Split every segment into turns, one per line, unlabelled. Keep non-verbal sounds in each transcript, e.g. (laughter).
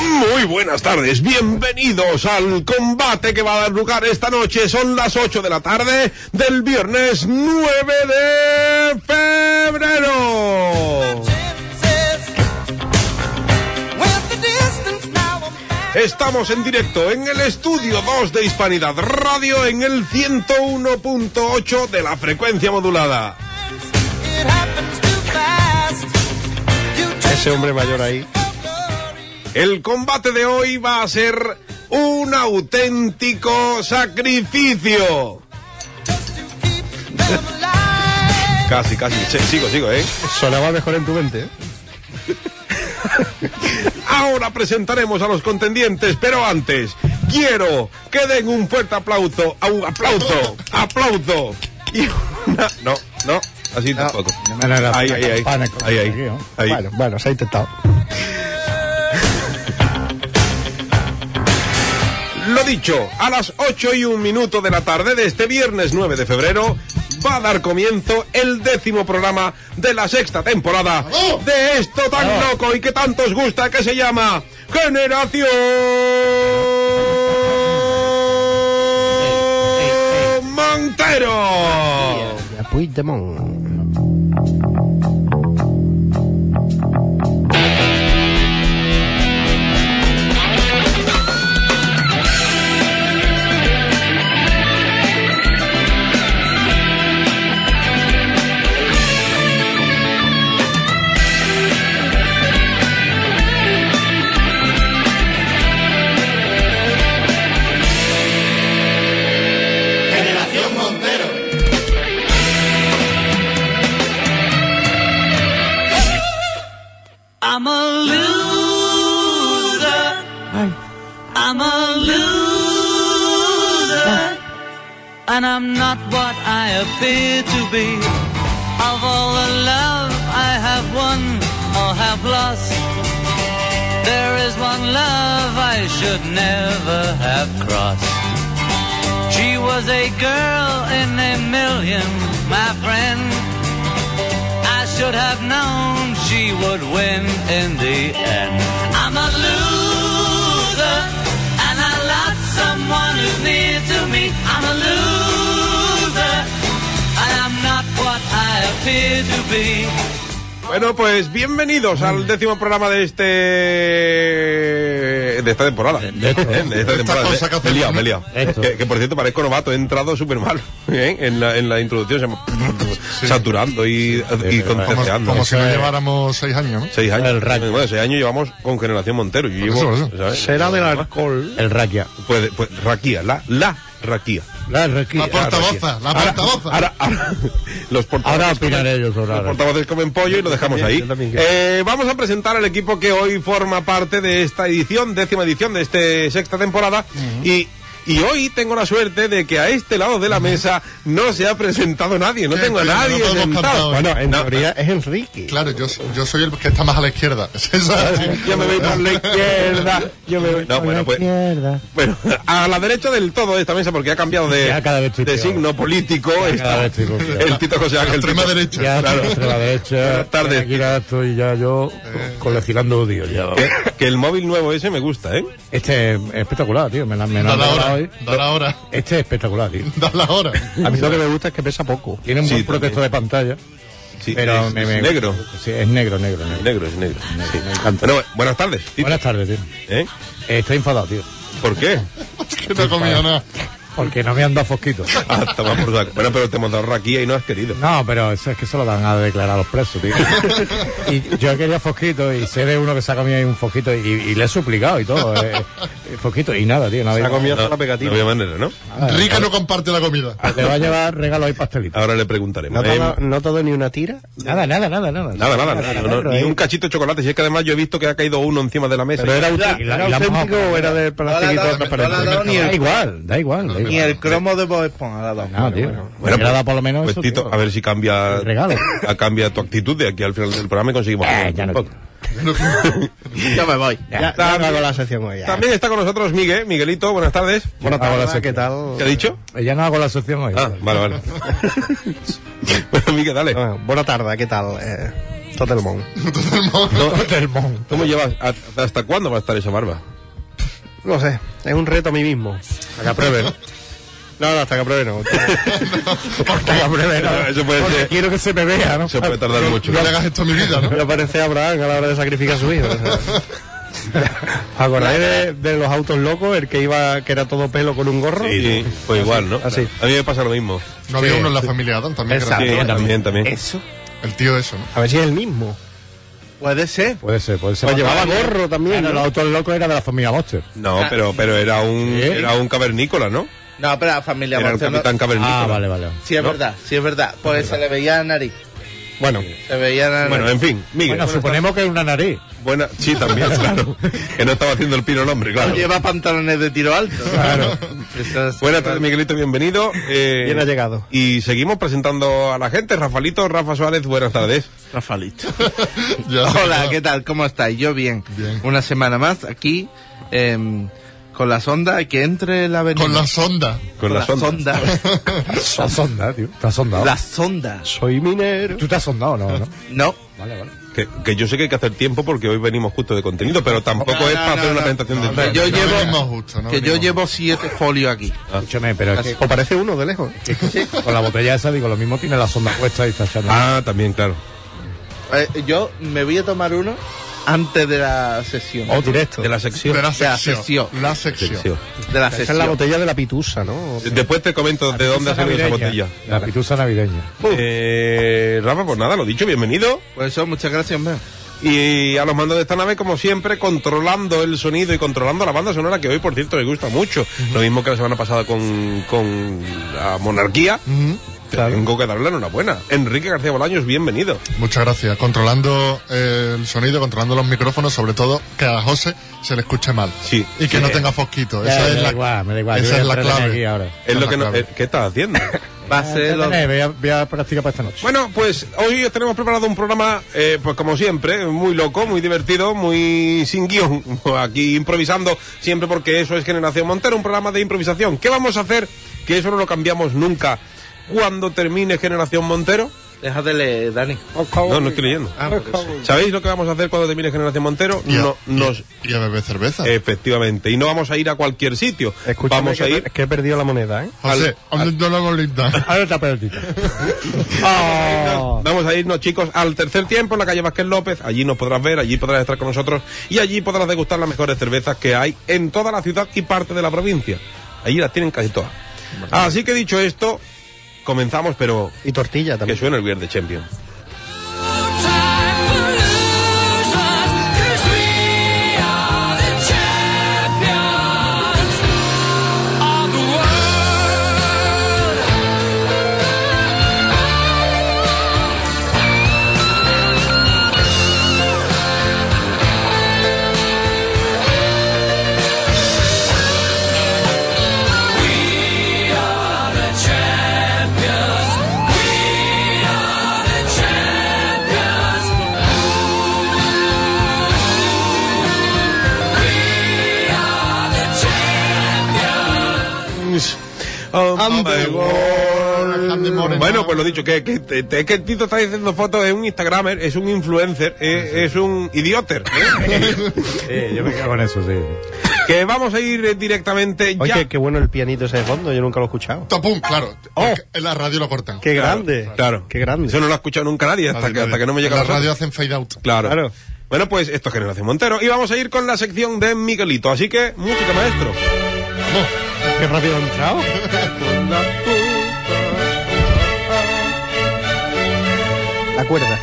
Muy buenas tardes, bienvenidos al combate que va a dar lugar esta noche. Son las 8 de la tarde del viernes 9 de febrero. Estamos en directo en el estudio 2 de Hispanidad Radio en el 101.8 de la frecuencia modulada.
Ese hombre mayor ahí.
El combate de hoy va a ser un auténtico sacrificio. Casi, casi. Sí, sigo, sigo, ¿eh?
Sonaba mejor en tu mente. ¿eh?
Ahora presentaremos a los contendientes, pero antes quiero que den un fuerte aplauso, au- aplauso, aplauso. Y una- no, no, así tampoco. Ahí, ahí, ahí, ahí, ahí, ahí.
Bueno, bueno, se ha intentado.
Lo dicho, a las 8 y un minuto de la tarde de este viernes 9 de febrero va a dar comienzo el décimo programa de la sexta temporada de esto tan loco y que tanto os gusta que se llama Generación Montero.
Generación Montero.
I'm a loser. I'm a loser. And I'm not what I appear to be. Of all the love I have won or have lost, there is one love I should never have crossed. She was a girl in a million, my friend. I should have known she would win in the end. I'm a loser, and I love someone who's near to me. I'm a loser, and I'm not what I appear to be.
Bueno, pues bienvenidos al décimo programa de este. de esta temporada. ¿eh? (laughs) De esta temporada.
cosa que
Me he liado, me he liado.
Esto.
Que, que, por cierto, parezco novato, he entrado súper mal (laughs) ¿eh? en, la, en la introducción, se llama- saturando y, y concerteando.
Como si no lleváramos seis años, ¿no?
Seis años.
El rayo.
Bueno, seis años llevamos con generación Montero. Yo
Por
llevo,
eso, por eso.
¿sabes?
Será del alcohol.
El raquia.
Pues, pues, raquía, la, la raquía.
La raquia.
La portavoza, la
Ahora,
portavoza.
ahora- ahora- los portavoces
Ahora opinaré yo sobre
Los
ahora.
portavoces comen pollo y lo dejamos
también,
ahí.
yo también quiero.
Eh, vamos a presentar al equipo que hoy forma parte de esta edición, décima edición de esta sexta temporada. y, y hoy tengo la suerte de que a este lado de la mesa no se ha presentado nadie. No
Sí,
tengo a
sí, no
nadie
podemos
sentado.
¿eh?
cantar
Bueno, en
No,
teoría es Enrique.
Claro, yo, yo soy el que está más a la izquierda. (laughs)
(laughs)
Yo me voy por la izquierda.
Yo me voy
No,
por
bueno,
la
pues-
izquierda.
Bueno, a la derecha del todo de esta mesa porque ha cambiado de,
Ya cada vez
de
tuiteo.
signo político. está
vez tuiteo.
el Tito José Ángel.
extrema
Tito.
derecha.
Ya,
Claro.
entre la derecha.
Buenas tardes.
Aquí ya estoy ya yo
Eh.
coleccionando odio. Ya,
Que, que el móvil nuevo ese me gusta, ¿eh?
Este es espectacular, tío. Me la, me la
Da
han
la
regalado
hora,
hoy.
da la hora,
Este es espectacular, tío.
da la hora.
A mí lo que me gusta es que pesa poco.
Tiene un
Sí,
buen protector de pantalla.
Sí,
Pero
es-
me-
es
me-
negro.
Sí, es negro, negro, negro.
Negro, es negro. Sí.
Me encanta.
Bueno, buenas tardes. Tito.
Buenas tardes, tío.
¿Eh?
Estoy enfadado, tío.
¿Por qué?
Que no he comido nada.
Porque no me han dado fosquitos.
Ah, toma por saco. Bueno, pero te hemos dado raquía y no has querido.
No, pero eso es que se lo dan a declarar a los presos, tío. y yo quería fosquito y sé de uno que se ha comido ahí un fosquito y, y le he suplicado y todo. eh, eh, fosquito y nada, tío. nada.
Se ha comido
No,
toda la
no
pegatina.
había manera, ¿no?
Rica Ah, no comparte la comida.
Le va
(laughs)
a llevar regalo y pastelito.
Ahora le
¿No
preguntaremos.
te,
Eh,
ha dado- no te ha dado ni una tira?
Nada, nada, nada, nada.
Nada, nada, nada, no,
perro,
ni
eh.
un cachito de chocolate. Si es que además yo he visto que ha caído uno encima de la mesa.
¿Pero era,
Y-
auté-
la-
era
y la hemos
auténtico o era de plastiquito
dado- no
transparente?
la ha dado ni
Da
el-
igual, da igual. Da
Ni
igual.
el cromo de Bob Esponja la ha dado.
No, tío.
Bueno,
Me
pues,
agrada por lo menos
pues,
eso,
Tito,
tío.
a ver si cambia,
El regalo.
a- cambia tu actitud de aquí al final del programa y conseguimos.
Eh, ya no
un poco.
Yo me voy.
(laughs) Ya, ya no hago la sección hoy, ya.
También está con nosotros Miguel, Miguelito, buenas tardes.
Buenas
Ahora,
tardes,
¿qué Eh,
¿qué tal?
¿Qué ha dicho?
Ya no hago la asociación hoy.
Ah, vale,
(laughs)
vale. bueno, Miguel, dale.
Bueno, buena tarde, ¿qué tal? Eh, tot el món.
¿Cómo llevas? ¿Hasta- ¿Hasta cuándo va a estar esa barba?
No sé, es un reto a mí mismo. Hasta que apruebe, ¿no? No, no, hasta que
(laughs)
apruebe no.
Hasta que apruebe, ¿no?
Eso puede
Porque
ser.
quiero que se me vea, ¿no?
Se puede tardar mucho.
No le hagas esto a mi vida, ¿no?
Me parece Abraham a la hora de sacrificar a su hijo. o sea. ¿Acordáis de, de los autos locos? El que iba, que era todo pelo con un gorro.
Sí, pues igual, ¿no?
Así.
A mí me pasa lo mismo.
No había uno en la familia Adam también. que era
Sí,
tío,
también, también.
Eso.
El tío eso, ¿no?
A ver si es el mismo.
Puede ser.
Puede ser, puede ser.
Pues llevaba gorro también.
Claro,
¿no?
los autos locos era de la familia Monster.
No, pero, pero era un
Sí.
era un cavernícola, ¿no?
No, pero la familia
Era un
Monster no-
capitán cavernícola.
Ah, vale, vale.
Sí, es verdad, sí, es verdad. Pues se le veía la nariz.
Bueno,
Se veía la nariz.
Bueno, en fin, Miguel.
Bueno, suponemos que es una nariz.
Buena, sí,
(laughs)
también, claro. Que no estaba haciendo el pino el hombre,
No
claro.
lleva pantalones de tiro alto. Claro. Eso es-
Buenas tardes, Miguelito, bienvenido. Eh,
Bien ha llegado.
Y seguimos presentando a la gente. Rafalito, Rafa Suárez, buenas tardes.
Rafalito.
Ya.
Hola, ¿qué tal? ¿Cómo estáis? Yo bien.
Bien.
Una semana más aquí em, con la sonda que entre la avenida.
Con la sonda.
Con la sonda.
(laughs)
(laughs)
Está sonda, tío. Está sondado.
La sonda.
soy minero. Ah.
Tú te has sondado, ¿no? ¿no?
(laughs) No.
Vale, vale.
Que, que yo sé que hay que hacer tiempo porque hoy venimos justo de contenido, pero tampoco
No,
es
no,
para
no,
hacer una
no.
presentación
No,
de
Yo
no
llevo,
venimos justo, no
que yo
venimos.
llevo siete folios aquí.
Escúchame, pero es que
O parece uno de lejos.
con la botella esa, digo, lo mismo tiene la sonda puesta y está echando.
Ah, también, claro.
Eh, yo me voy a tomar uno antes de la sesión.
O directo.
De la
De
sección.
la
la
sección.
sección.
La sección.
Sección.
De la
Esa es la
sesión.
botella de la pitusa, ¿no?
Después te comento de dónde ha salido esa botella.
La pitusa navideña.
Eh, Rafa, pues nada, lo dicho, bienvenido.
Pues eso, muchas gracias, hombre.
Y a los mandos de esta nave, como siempre, controlando el sonido y controlando la banda sonora, que hoy, por cierto, me gusta mucho. Lo mismo que la semana pasada con, con la monarquía. Te
Claro.
Tengo que darle la enhorabuena. Enrique García Bolaños, bienvenido.
Muchas gracias. Controlando eh, el sonido, controlando los micrófonos, sobre todo que a José se le escuche mal.
Sí.
Y que no tenga fosquito. Esa
Ya,
es
me da
la,
igual, me da igual. Yo
Esa
voy a
es la
entretener
clave.
aquí ahora. Ah,
Esa
Es lo
la
que no-
clave.
eh, ¿Qué estás haciendo?
Va a ser lo-
Entretener, Voy a, voy a practicar para esta noche.
Bueno, pues hoy os tenemos preparado un programa, eh, pues como siempre, muy loco, muy divertido, muy sin guión, (laughs) aquí improvisando, siempre porque eso es Generación Montero, un programa de improvisación. ¿Qué vamos a hacer? Que eso no lo cambiamos nunca. Cuando termine Generación Montero,
Deja de leer, Dani.
no, no estoy leyendo.
Ah, porque sí.
¿Sabéis lo que vamos a hacer cuando termine Generación Montero?
Y a,
No, nos,
y a beber cerveza.
efectivamente, y no vamos a ir a cualquier sitio.
Escúchame
vamos
que,
a ir
que he perdido la moneda, ¿eh?
José,
ah.
¿dónde está la bolita?
(laughs) Ahora está pelotita.
No, Vamos a irnos, chicos, al tercer tiempo en la calle Vázquez López. Allí nos podrás ver, allí podrás estar con nosotros y allí podrás degustar las mejores cervezas que hay en toda la ciudad y parte de la provincia. Allí las tienen casi todas. Así que dicho esto, comenzamos, pero
Y tortilla
que
también.
suena el Weird de Champion.
Time for losers, 'cause we are the champions of the world. We are the champions. We are the champions. We are the champions.
Oh,
And
my
the
world.
And the morning.
Bueno, pues lo dicho, que, que, te- te- que el Tito está diciendo fotos, es un Instagramer, es un influencer, es, es un idioter. ¿eh?
(laughs)
Sí, yo me quedo con eso, sí.
que vamos a ir eh, directamente
Oye,
ya.
qué bueno el pianito ese de fondo, yo nunca lo he escuchado.
Topum,
Ah.
claro.
Oh.
En la radio lo cortan.
¡Qué
Claro,
grande!
Claro.
¡Qué grande!
Eso no lo ha escuchado nunca nadie hasta, que, hasta que no me llega
En la
a nosotros.
radio hacen fade out.
Claro.
Claro.
Bueno, pues esto es Generación Montero. Y vamos a ir con la sección de Miguelito. Así que, música, maestro.
Vamos.
Qué rápido ha entrado.
La cuerda.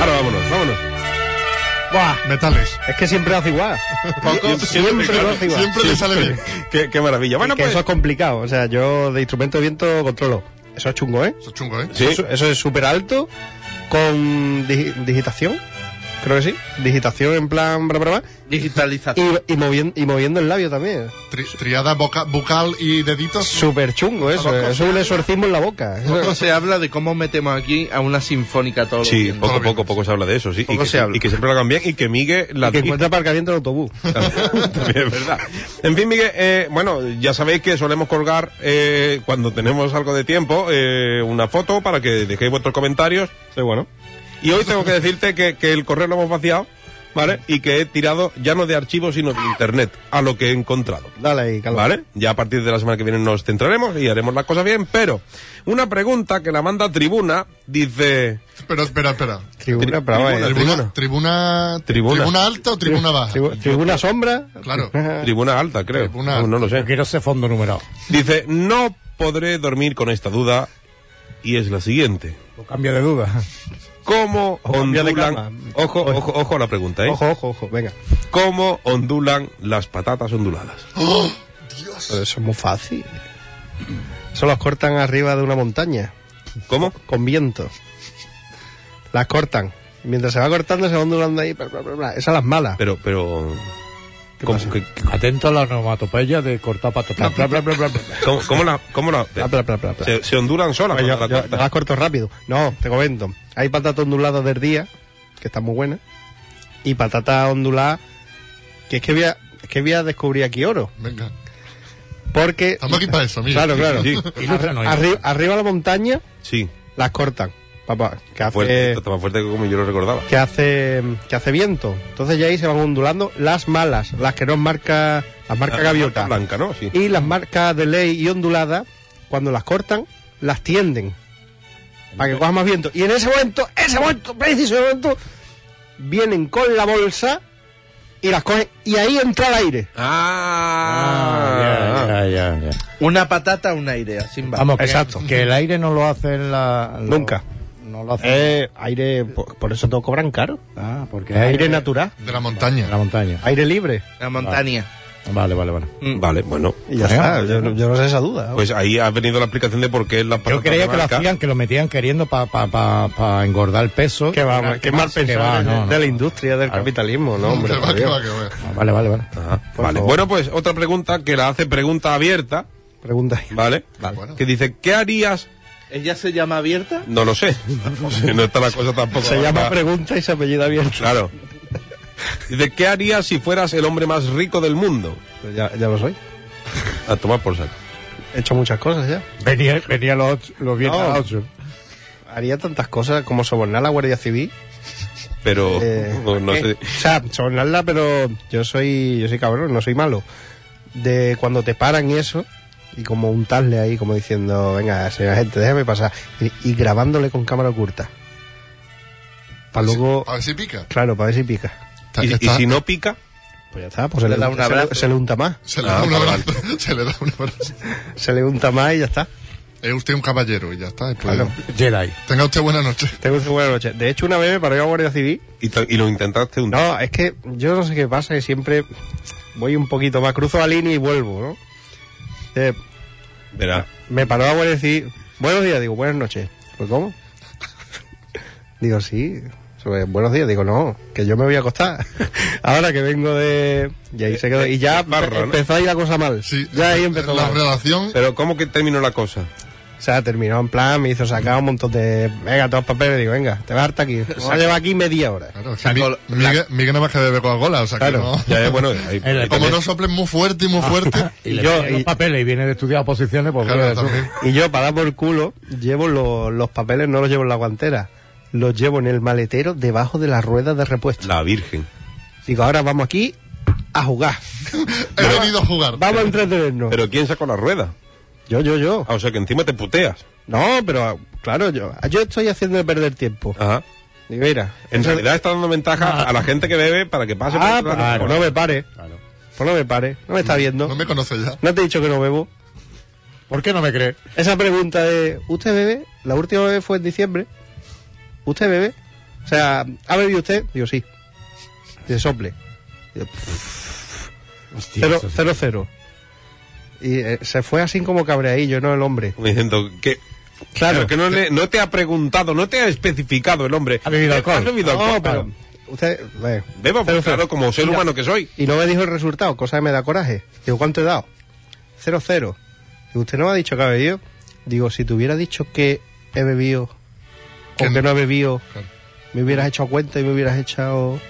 Ahora vámonos, vámonos.
Buah,
Metales.
es que siempre hace igual.
Poco,
siempre, lo hace igual.
Siempre le sale bien.
(laughs) Qué, qué maravilla. Bueno,
que
pues.
eso es complicado. O sea, yo de instrumento de viento controlo. Eso es chungo, ¿eh?
Eso es chungo, ¿eh?
Sí.
Eso, eso es súper alto. Con digi- digitación. Creo que sí. Digitación en plan. Bra, bra, bra,
Digitalización.
y, y, movien- y moviendo el labio también.
(laughs) Tri- triada boca- bucal y deditos.
Súper chungo eso.
Todo
Eso es un exorcismo en la boca.
Poco se habla de cómo metemos aquí a una sinfónica todo
Sí, poco a
Todo bien.
poco, poco se habla de eso, sí. y,
Poco
que,
se habla.
y que siempre lo hagan bien y que Miguel la
Y que encuentra aparcamiento en autobús.
También (laughs) también es verdad. En fin, Miguel, eh, bueno, ya sabéis que solemos colgar eh, cuando tenemos algo de tiempo eh, una foto para que dejéis vuestros comentarios. Sí, bueno. Y hoy tengo que decirte que, que el correo lo hemos vaciado, ¿vale? Y que he tirado ya no de archivos, sino de internet, a lo que he encontrado.
Dale
(gasps)
ahí, Calvo.
¿Vale? Ya a partir de la semana que viene nos centraremos y haremos las cosas bien, pero una pregunta que la manda Tribuna dice...
Pero espera, espera.
Tribuna,
Tri-
pero vamos a ver.
tribuna,
Tribuna, tribuna,
Tribuna.
alta o tribuna baja.
Tribu- tribuna sombra. (laughs)
Claro.
Tribuna alta, creo.
Tribuna
No, no lo sé.
Quiero ese fondo numerado.
Dice, no podré dormir con esta duda y es la siguiente.
Cambio de duda.
¿Cómo
cambia de cama.
ondulan... Ojo, ojo, ojo a la pregunta, ¿eh?
Ojo, ojo, ojo. Venga.
¿Cómo ondulan las patatas onduladas?
¡Oh! Dios.
Pero eso es muy fácil. Eso las cortan arriba de una montaña,
¿Cómo?
con viento. Las cortan. Y mientras se va cortando, se va ondulando ahí. bla, bla, bla, bla. Esas las malas.
Pero, pero... ¿Cómo, que-
Atento a la onomatopeya de cortar patatas. Bla, bla, bla, bla, bla.
cómo- cómo la... Cómo la
Bla, bla, bla, bla, bla.
se, se ondulan solas
Pues
cuando la
yo- yo- yo
cortas.
las corto rápido. No, te comento. Hay patatas onduladas del día, que están muy buenas. Y patatas onduladas, que es que voy a, es que voy a descubrir aquí oro.
Venga.
Porque.
Estamos aquí para eso, mira.
Claro, claro.
Sí,
Ilústranos,
Arri- arriba de la montaña
sí.
las cortan. Papá, que hace.
Fuerte, esto está más fuerte que como yo lo recordaba.
que hace que hace viento. Entonces ya ahí se van ondulando las malas, las que nos marca las marca gaviota.
Blanca, ¿no? Sí.
Y las marcas de ley y onduladas, cuando las cortan, las tienden para que coja más viento. Y en ese momento, ese momento, preciso ese momento, vienen con la bolsa y las cogen y ahí entra el aire.
Ah,
Ya, ya, ya, ya.
Una patata, un aire, así va.
Vamos, que,
Exacto.
que el aire no lo hace en la... lo-
Nunca.
No lo hace.
Eh, aire, por, por eso todo cobran caro.
ah, porque es
Aire natural,
De la
En la
montaña.
montaña.
aire libre.
La montaña. Mm.
Vale, vale, vale.
Vale, bueno.
Y ya está, yo, no- yo no sé esa duda.
Pues ahí ha venido la explicación de por qué las patatas
Yo creía
de
que lo
Blanca-
hacían, que lo metían queriendo para pa, pa, pa engordar peso.
Que va, qué mal
Que va,
pensar
eh.
no, no.
de la industria del capitalismo, no,
(laughs)
hombre.
Que va,
por
que
Dios.
va, que va.
Ah, Vale, vale, vale.
Ajá, vale. Bueno, pues otra pregunta que la hace pregunta abierta,
Pregunta.
¿vale?
Bueno.
Que dice, ¿qué harías?
¿Ella se llama abierta?
No lo sé. (laughs) no está la cosa tampoco.
Se llama
Está-
pregunta y se apellida abierto.
Claro. Dice, ¿qué harías si fueras el hombre más rico del mundo?
Pues ya, ya lo soy.
A tomar por saco.
He hecho muchas cosas ya.
Venía, venía los, ocho- los viernes
No.
a las ocho.
Haría tantas cosas como sobornar a la Guardia Civil.
Pero
eh,
no, no
¿qué?
sé.
O sea, sobornarla, pero yo soy, yo soy cabrón, no soy malo. De cuando te paran y eso, y como untarle ahí, como diciendo, venga, señora gente, déjame pasar. Y, y grabándole con cámara oculta. Para luego,
A ver si pica.
claro, para ver si pica.
Está-
Y, y
está-
si no pica,
Pues ya está, pues se le,
Le da un
se le-
abrazo.
se le unta más.
Se le
Ah,
da un
vale,
abrazo. (laughs) Se le da un abrazo.
Se le unta más y ya está.
Es usted un caballero y ya está. después-
Claro.
Jedi.
Tenga usted buena noche.
Tengo que decir buenas noches. De hecho, una vez me paró la Guardia Civil.
y, ta- y lo intentaste un
No, es que yo no sé qué pasa, que siempre voy un poquito más, cruzo la línea y vuelvo, ¿no? Eh,
Verá.
me paró la Guardia Civil. Buenos días, digo, buenas noches. Pues, ¿cómo? (laughs) Digo, sí. sobre- Buenos días, digo, no, que yo me voy a acostar. (laughs) Ahora que vengo de. Y ahí se quedó. Y ya
barro, ¿no?
empezó ahí la cosa mal.
Sí,
ya ahí empezó
La
mal.
relación.
Pero ¿cómo que terminó la cosa?
O sea, terminó en plan, me hizo sacar un montón de. Venga, todos papeles. Digo, venga, te vas harta aquí. Me va a llevar aquí media hora.
Claro, es que Mi-
Sacó la-
(laughs)
Miguel, Miguel nada más que bebe Coca-Cola. O sea que
Claro.
no.
Ya, eh, bueno, ahí-
El-
ahí
Como
también.
no soplen muy fuerte y muy
(laughs)
fuerte.
Y, le
yo-
yo, los
y-
papeles y viene de estudiar oposiciones, pues
Claro,
bueno, eso.
también.
Y yo, para dar por culo, llevo lo- los papeles, no los llevo en la guantera. Los llevo en el maletero debajo de las ruedas de repuesto.
La Virgen.
Digo, ahora vamos aquí a jugar.
He venido a jugar.
Vamos a entretenernos.
Pero ¿quién sacó la rueda?
Yo, yo, yo.
Ah, o sea que encima te puteas.
No, pero ah, Claro, yo, yo estoy haciendo perder tiempo.
Ajá.
Y mira,
En
eso-
realidad está dando
Ah.
ventaja a la gente que bebe para que pase
Ah,
por
pues,
la-
pues no me pare.
Claro.
Pues no me pare. No me está
Mm.
viendo.
No me conoce ya.
(laughs) No te he dicho que no bebo.
¿Por qué no me crees?
Esa pregunta de, ¿usted bebe? La última vez fue en diciembre. ¿Usted bebe? O sea, ¿ha bebido usted? Digo, sí. Dice, sople. Digo,
Hostia,
cero,
eso sí.
cero, cero. Y eh, se fue así como cabreadillo, ¿no? El hombre.
Como diciendo que. Claro, que no, le- no te ha preguntado, no te ha especificado el hombre.
¿Ha bebido alcohol?
¿Has bebido
No,
alcohol?
pero usted... bueno.
Bebo, pues,
Cero, cero.
claro, como ser
Mira,
humano que soy.
Y no me dijo el resultado, cosa que me da coraje. Digo, ¿cuánto he dado? Cero, cero. Digo, ¿usted no me ha dicho que ha bebido? Digo, si te hubiera dicho que he bebido o
Que
que,
no.
no he bebido,
Claro.
me hubieras hecho cuenta y me hubieras echado...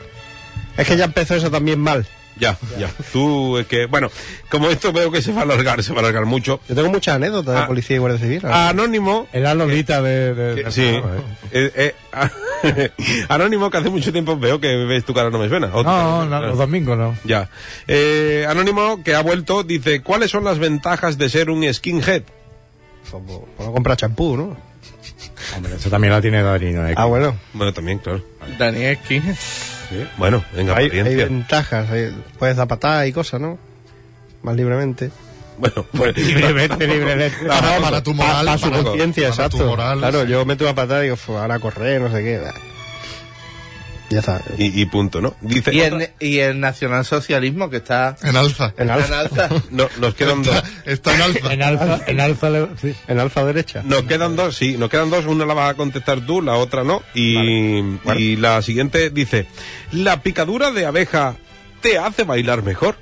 Es que ya empezó eso también mal.
Ya, ya. Tú, es que. Bueno, como esto veo que se va a alargar, se va a alargar mucho.
Yo tengo muchas anécdotas
Ah.
de policía y guardia civil. Ah,
Anónimo
Era Lolita de... de-
Que-
de-
sí.
no, eh.
Eh, eh, (laughs) a- Anónimo, que hace mucho tiempo veo que ves tu cara, no me suena. Otra vez,
No, no,
claro.
los domingos no.
Ya. Eh, Anónimo, que ha vuelto, dice, ¿cuáles son las ventajas de ser un skinhead?
Como- como comprar champú, ¿no?
Hombre, eso también la tiene Darino.
Ah, bueno.
Bueno, también, claro.
Daniel Skin.
Bueno, venga,
Hay, hay
apariencia.
ventajas. hay- puedes dar patadas y cosas, ¿no? Más libremente. (laughs)
Bueno, pues...
Libremente, libremente.
Ah,
Para, para tu moral.
Para su
para-
conciencia,
para
exacto.
tu moral.
claro, yo meto una patada y digo, "Fu, ahora a correr, no sé (laughs) qué. bah". Ya está.
Y, y punto, ¿no? Dice...
Y
otra-
el, y el nacionalsocialismo que está
En alza.
En
en
alfa,
alza.
No, nos quedan dos.
Está, está en alza.
En alfa, en alfa le- sí.
en alfa derecha.
Nos quedan dos, sí, nos quedan dos. Una la vas a contestar tú, la otra no. Y, y la siguiente dice, ¿la picadura de abeja te hace bailar mejor?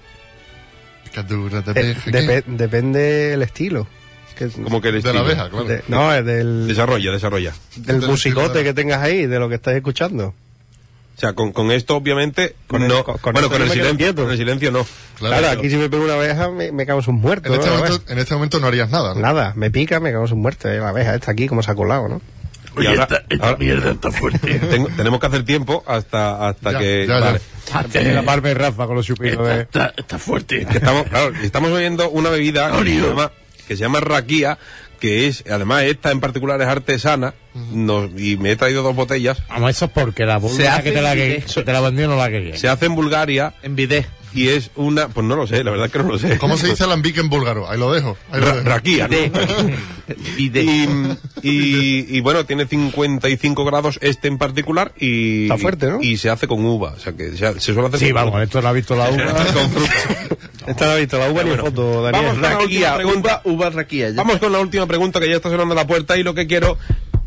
Eh,
Que dura, te
De-
deje,
Eh, depe- depende el estilo. Que-
Como que el
¿qué? De la
estilo.
abeja, claro.
de- no, es del,
Desarrolla, desarrolla.
del
del
musicote
estilo de-
que tengas ahí, de lo que estás escuchando.
O sea, con, con esto obviamente
Con el-
no.
con- con
bueno,
esto
con
yo
el
me quedo
silencio,
quieto.
con el silencio no.
Claro,
Claro, aquí si me pego una abeja Pues, ah, me, me cago en sus muertos.
En este,
¿no? La
momento, en este momento no harías nada.
abeja.
¿no?
Nada, me pica, me cago en sus muertos. eh, La abeja está aquí como se ha colado, ¿no?
Y ahora- ahora- (laughs) Tengo- tenemos que hacer tiempo hasta hasta
Ya,
que
ya, ya.
vale.
Ah,
Eh,
Antes de la Barba y Rafa con los chupitos de...
Que estamos claro, estamos oyendo una bebida que se, llama, que se llama raquía, que es además esta en particular es artesana nos- y me he traído dos botellas.
Vamos, eso es porque la burbuja
hace
que te la, que,
directo.
que te la vendió no la quería.
Se hace en Bulgaria
En Vidé.
y es una pues no lo sé, la verdad es que no lo sé.
¿Cómo se dice alambique en búlgaro? Ahí lo dejo. Ahí lo
Ra-
dejo.
raquía, ¿no? (laughs)
Vidé.
Y, y- y bueno, tiene 55 grados este en particular y...
Está fuerte, ¿no?
Y se hace con uva, o sea que se, se suele hacer
Sí,
con
vamos,
uva.
esto lo ha visto la
Se
uva.
hace con fruta.
Esta la ha visto la uva ni
bueno.
foto, Daniel.
Vamos,
Raquí.
Raquía, pregunta-
uva, uva raquía. ya.
Vamos con la última pregunta que ya está sonando a la puerta y lo que quiero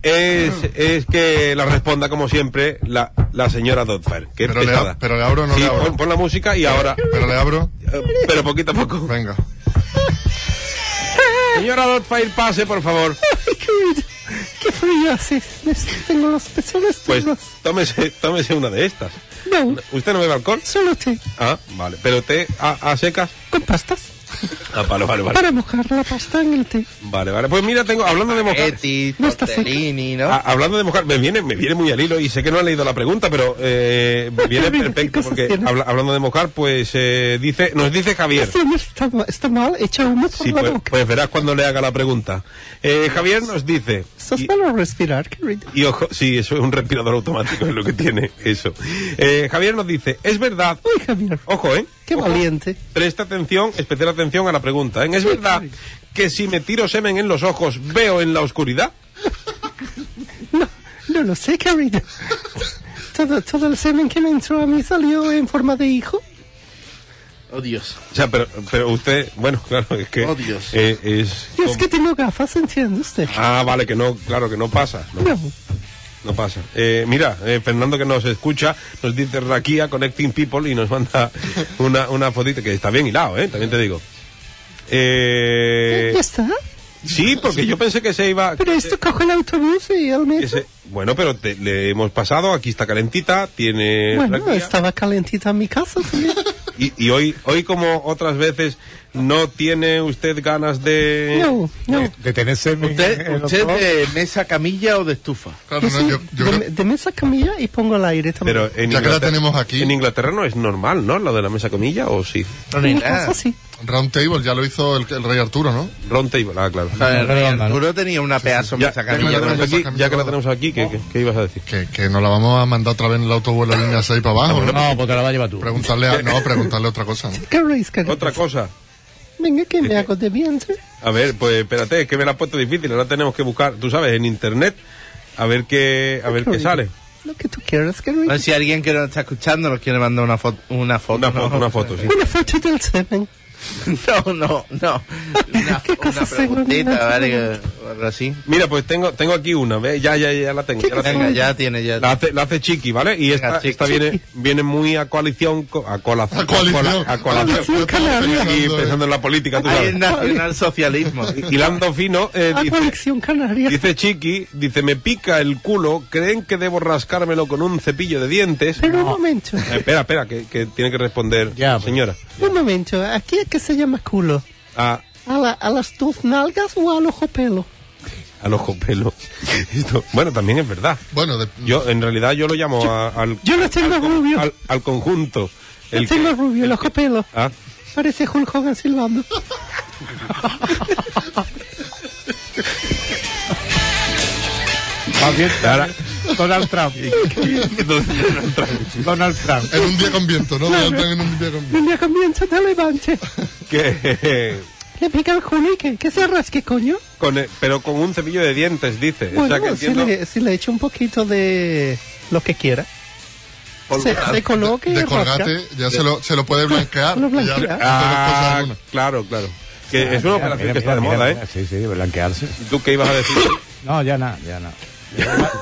es, es que la responda como siempre la, la señora Dodfair. Que es
Pero le,
pesada.
ab- pero le abro o no
Sí,
le abro.
pon, pon la música y ahora...
Pero le abro.
eh, Pero poquito a poco.
Venga.
Señora Dodfair, pase, por favor.
¿Qué frío hace? Tengo los pezones
Pues
duros.
tómese, tómese una de estas.
No,
¿Usted no bebe alcohol?
solo té
Ah, vale. ¿Pero té a, a secas?
con pastas
Ah, vale, vale, vale.
para mojar la pasta en el té.
Vale, vale. Pues mira, tengo, hablando de mojar,
Eti,
No está
tortellini, ¿no?
Ah, hablando de mojar, me viene, me viene muy al hilo y sé que no ha leído la pregunta, pero eh, me
(laughs)
viene
Mira,
perfecto
qué cosas
porque
tiene.
habla- hablando de mojar, pues eh, dice, nos dice Javier.
Está, está mal, echa humo por
Sí,
la
pues,
boca.
pues verás cuando le haga la pregunta. Eh, Javier nos dice.
Estás
y-
malo a respirar, querido.
Y ojo, sí, eso es un respirador automático, es lo que tiene eso. Eh, Javier nos dice, es verdad.
Uy, Javier,
Ojo, ¿eh?
qué
Ojo.
valiente.
Presta atención, especial atención a la pregunta. ¿eh? ¿Es verdad que si me tiro semen en los ojos veo en la oscuridad?
No lo
(laughs)
sé, querido. Todo, todo el semen que me entró a mí salió en forma de hijo.
Oh, Dios.
O sea, pero, pero usted, bueno, (laughs) claro, es que...
Oh, Dios.
eh, es,
Yo es que tengo gafas, ¿entiende usted?
Ah, vale, que no, claro, que no pasa. No,
No,
no pasa. Eh, mira, eh, Fernando que nos escucha, nos dice Raquía, Connecting People, y nos
(laughs)
manda una, una fotito que está bien hilado, ¿eh? También te digo. Eh,
ya está.
sí, porque yo pensé que se iba...
Pero esto coge el autobús y el metro.
que se- bueno, pero te- le hemos pasado, aquí está calentita, tiene...
Bueno,
Raquía.
estaba calentita en mi casa también.
Y, y hoy, hoy como otras veces ¿No tiene usted ganas de...?
No,
eh.
no.
De tener sed en-
(laughs)
en
¿Usted,
los
usted
ojos.
de mesa camilla o de estufa?
Claro, no,
Sí,
yo, yo
de,
creo-
me- de mesa camilla y pongo al aire
Pero en
también.
Ya que la
Inglaterra-
tenemos aquí.
En Inglaterra no es normal, ¿no? Lo de la mesa comilla, ¿o sí?
No, ni
Una
nada.
ah.
cosa así.
Round Table ya lo hizo el, el rey Arturo, ¿no?
Round table, ah, claro.
O sea, el rey
Redonda, ¿no?
Arturo tenía una pedazo
Ya,
mesa
ya que la
camilla.
tenemos
tenemos
mesa
aquí,
camilla,
ya que la
claro.
tenemos aquí, ¿qué, qué- qué ibas a decir?
Que, que nos la vamos a mandar otra vez en el autobús la línea 6 para abajo. ¿no?
No, pues te la vas a llevar tú.
Preguntarle a, no, preguntarle otra cosa. ¿no?
¿Qué queréis que haga?
Otra cosa.
Venga, que
Eh,
me hago de vientre.
A ver, pues espérate, es que me la has puesto difícil. Ahora tenemos que buscar, tú sabes, en internet, a ver qué, a ver qué sale.
Lo que tú quieras, que Una
No sé si alguien que nos está escuchando nos quiere mandar una foto. Una foto,
Una
¿no?
foto, una foto, sí.
foto del semen.
(laughs) No, no, no. Una,
(laughs) ¿Qué
una
cosa se
preguntita,
encuentra?
¿vale? que- Algo así.
Mira, pues tengo, tengo aquí una, ¿ves? Ya, ya, ya la tengo. Ya la, tengo.
Venga, ya tiene, ya.
La hace, la hace Chiqui, ¿vale? Y esta,
Chiqui.
esta viene, viene muy a coalición, co- a colación.
A coalición.
A colación.
Coalición Canaria.
Y pensando en la política, tú
Hay el
sabes.
nacionalsocialismo.
Hilando fino, eh,
A
dice,
colección Ah, canaria.
Dice Chiqui, dice, me pica el culo, ¿creen que debo rascármelo con un cepillo de dientes?
Pero un momento,
Eh, espera, espera, que, que tiene que responder,
Ya, pues.
señora. Ah,
un momento. ¿Aquí es que se llama culo?
A,
¿A, la- a las dos nalgas o al ojo pelo?
al ojo pelo. (laughs) Esto- bueno, también es verdad.
Bueno, de-
Yo, en realidad, yo lo llamo a- al,
Yo lo tengo rubio.
al, al conjunto.
Lo
El que-
tengo rubio, el ojo pelo.
Ah,
Parece Hulk Hogan silbando.
Más bien,
ahora,
Donald Trump. Donald Trump.
en un día con viento, ¿no? En un día con viento.
Un día comienza te levante.
que... (laughs)
Le pica el culo y que, que se rasque, coño.
con el- pero con un cepillo de dientes, dice. O sea,
Bueno,
que
si,
entiendo-
le, si le echo un poquito de lo que quiera. Se, se coloque y
De
rasca.
colgate ya se lo, se lo puede blanquear.
Se lo
y ya
blanquea.
hacer cosas
Ah,
alguna.
claro, claro. Que
Ah,
es una operación que está de moda, ¿eh?
Sí, sí, blanquearse.
¿Y tú qué ibas a
(laughs)
decir?
No, ya nada, ya nada.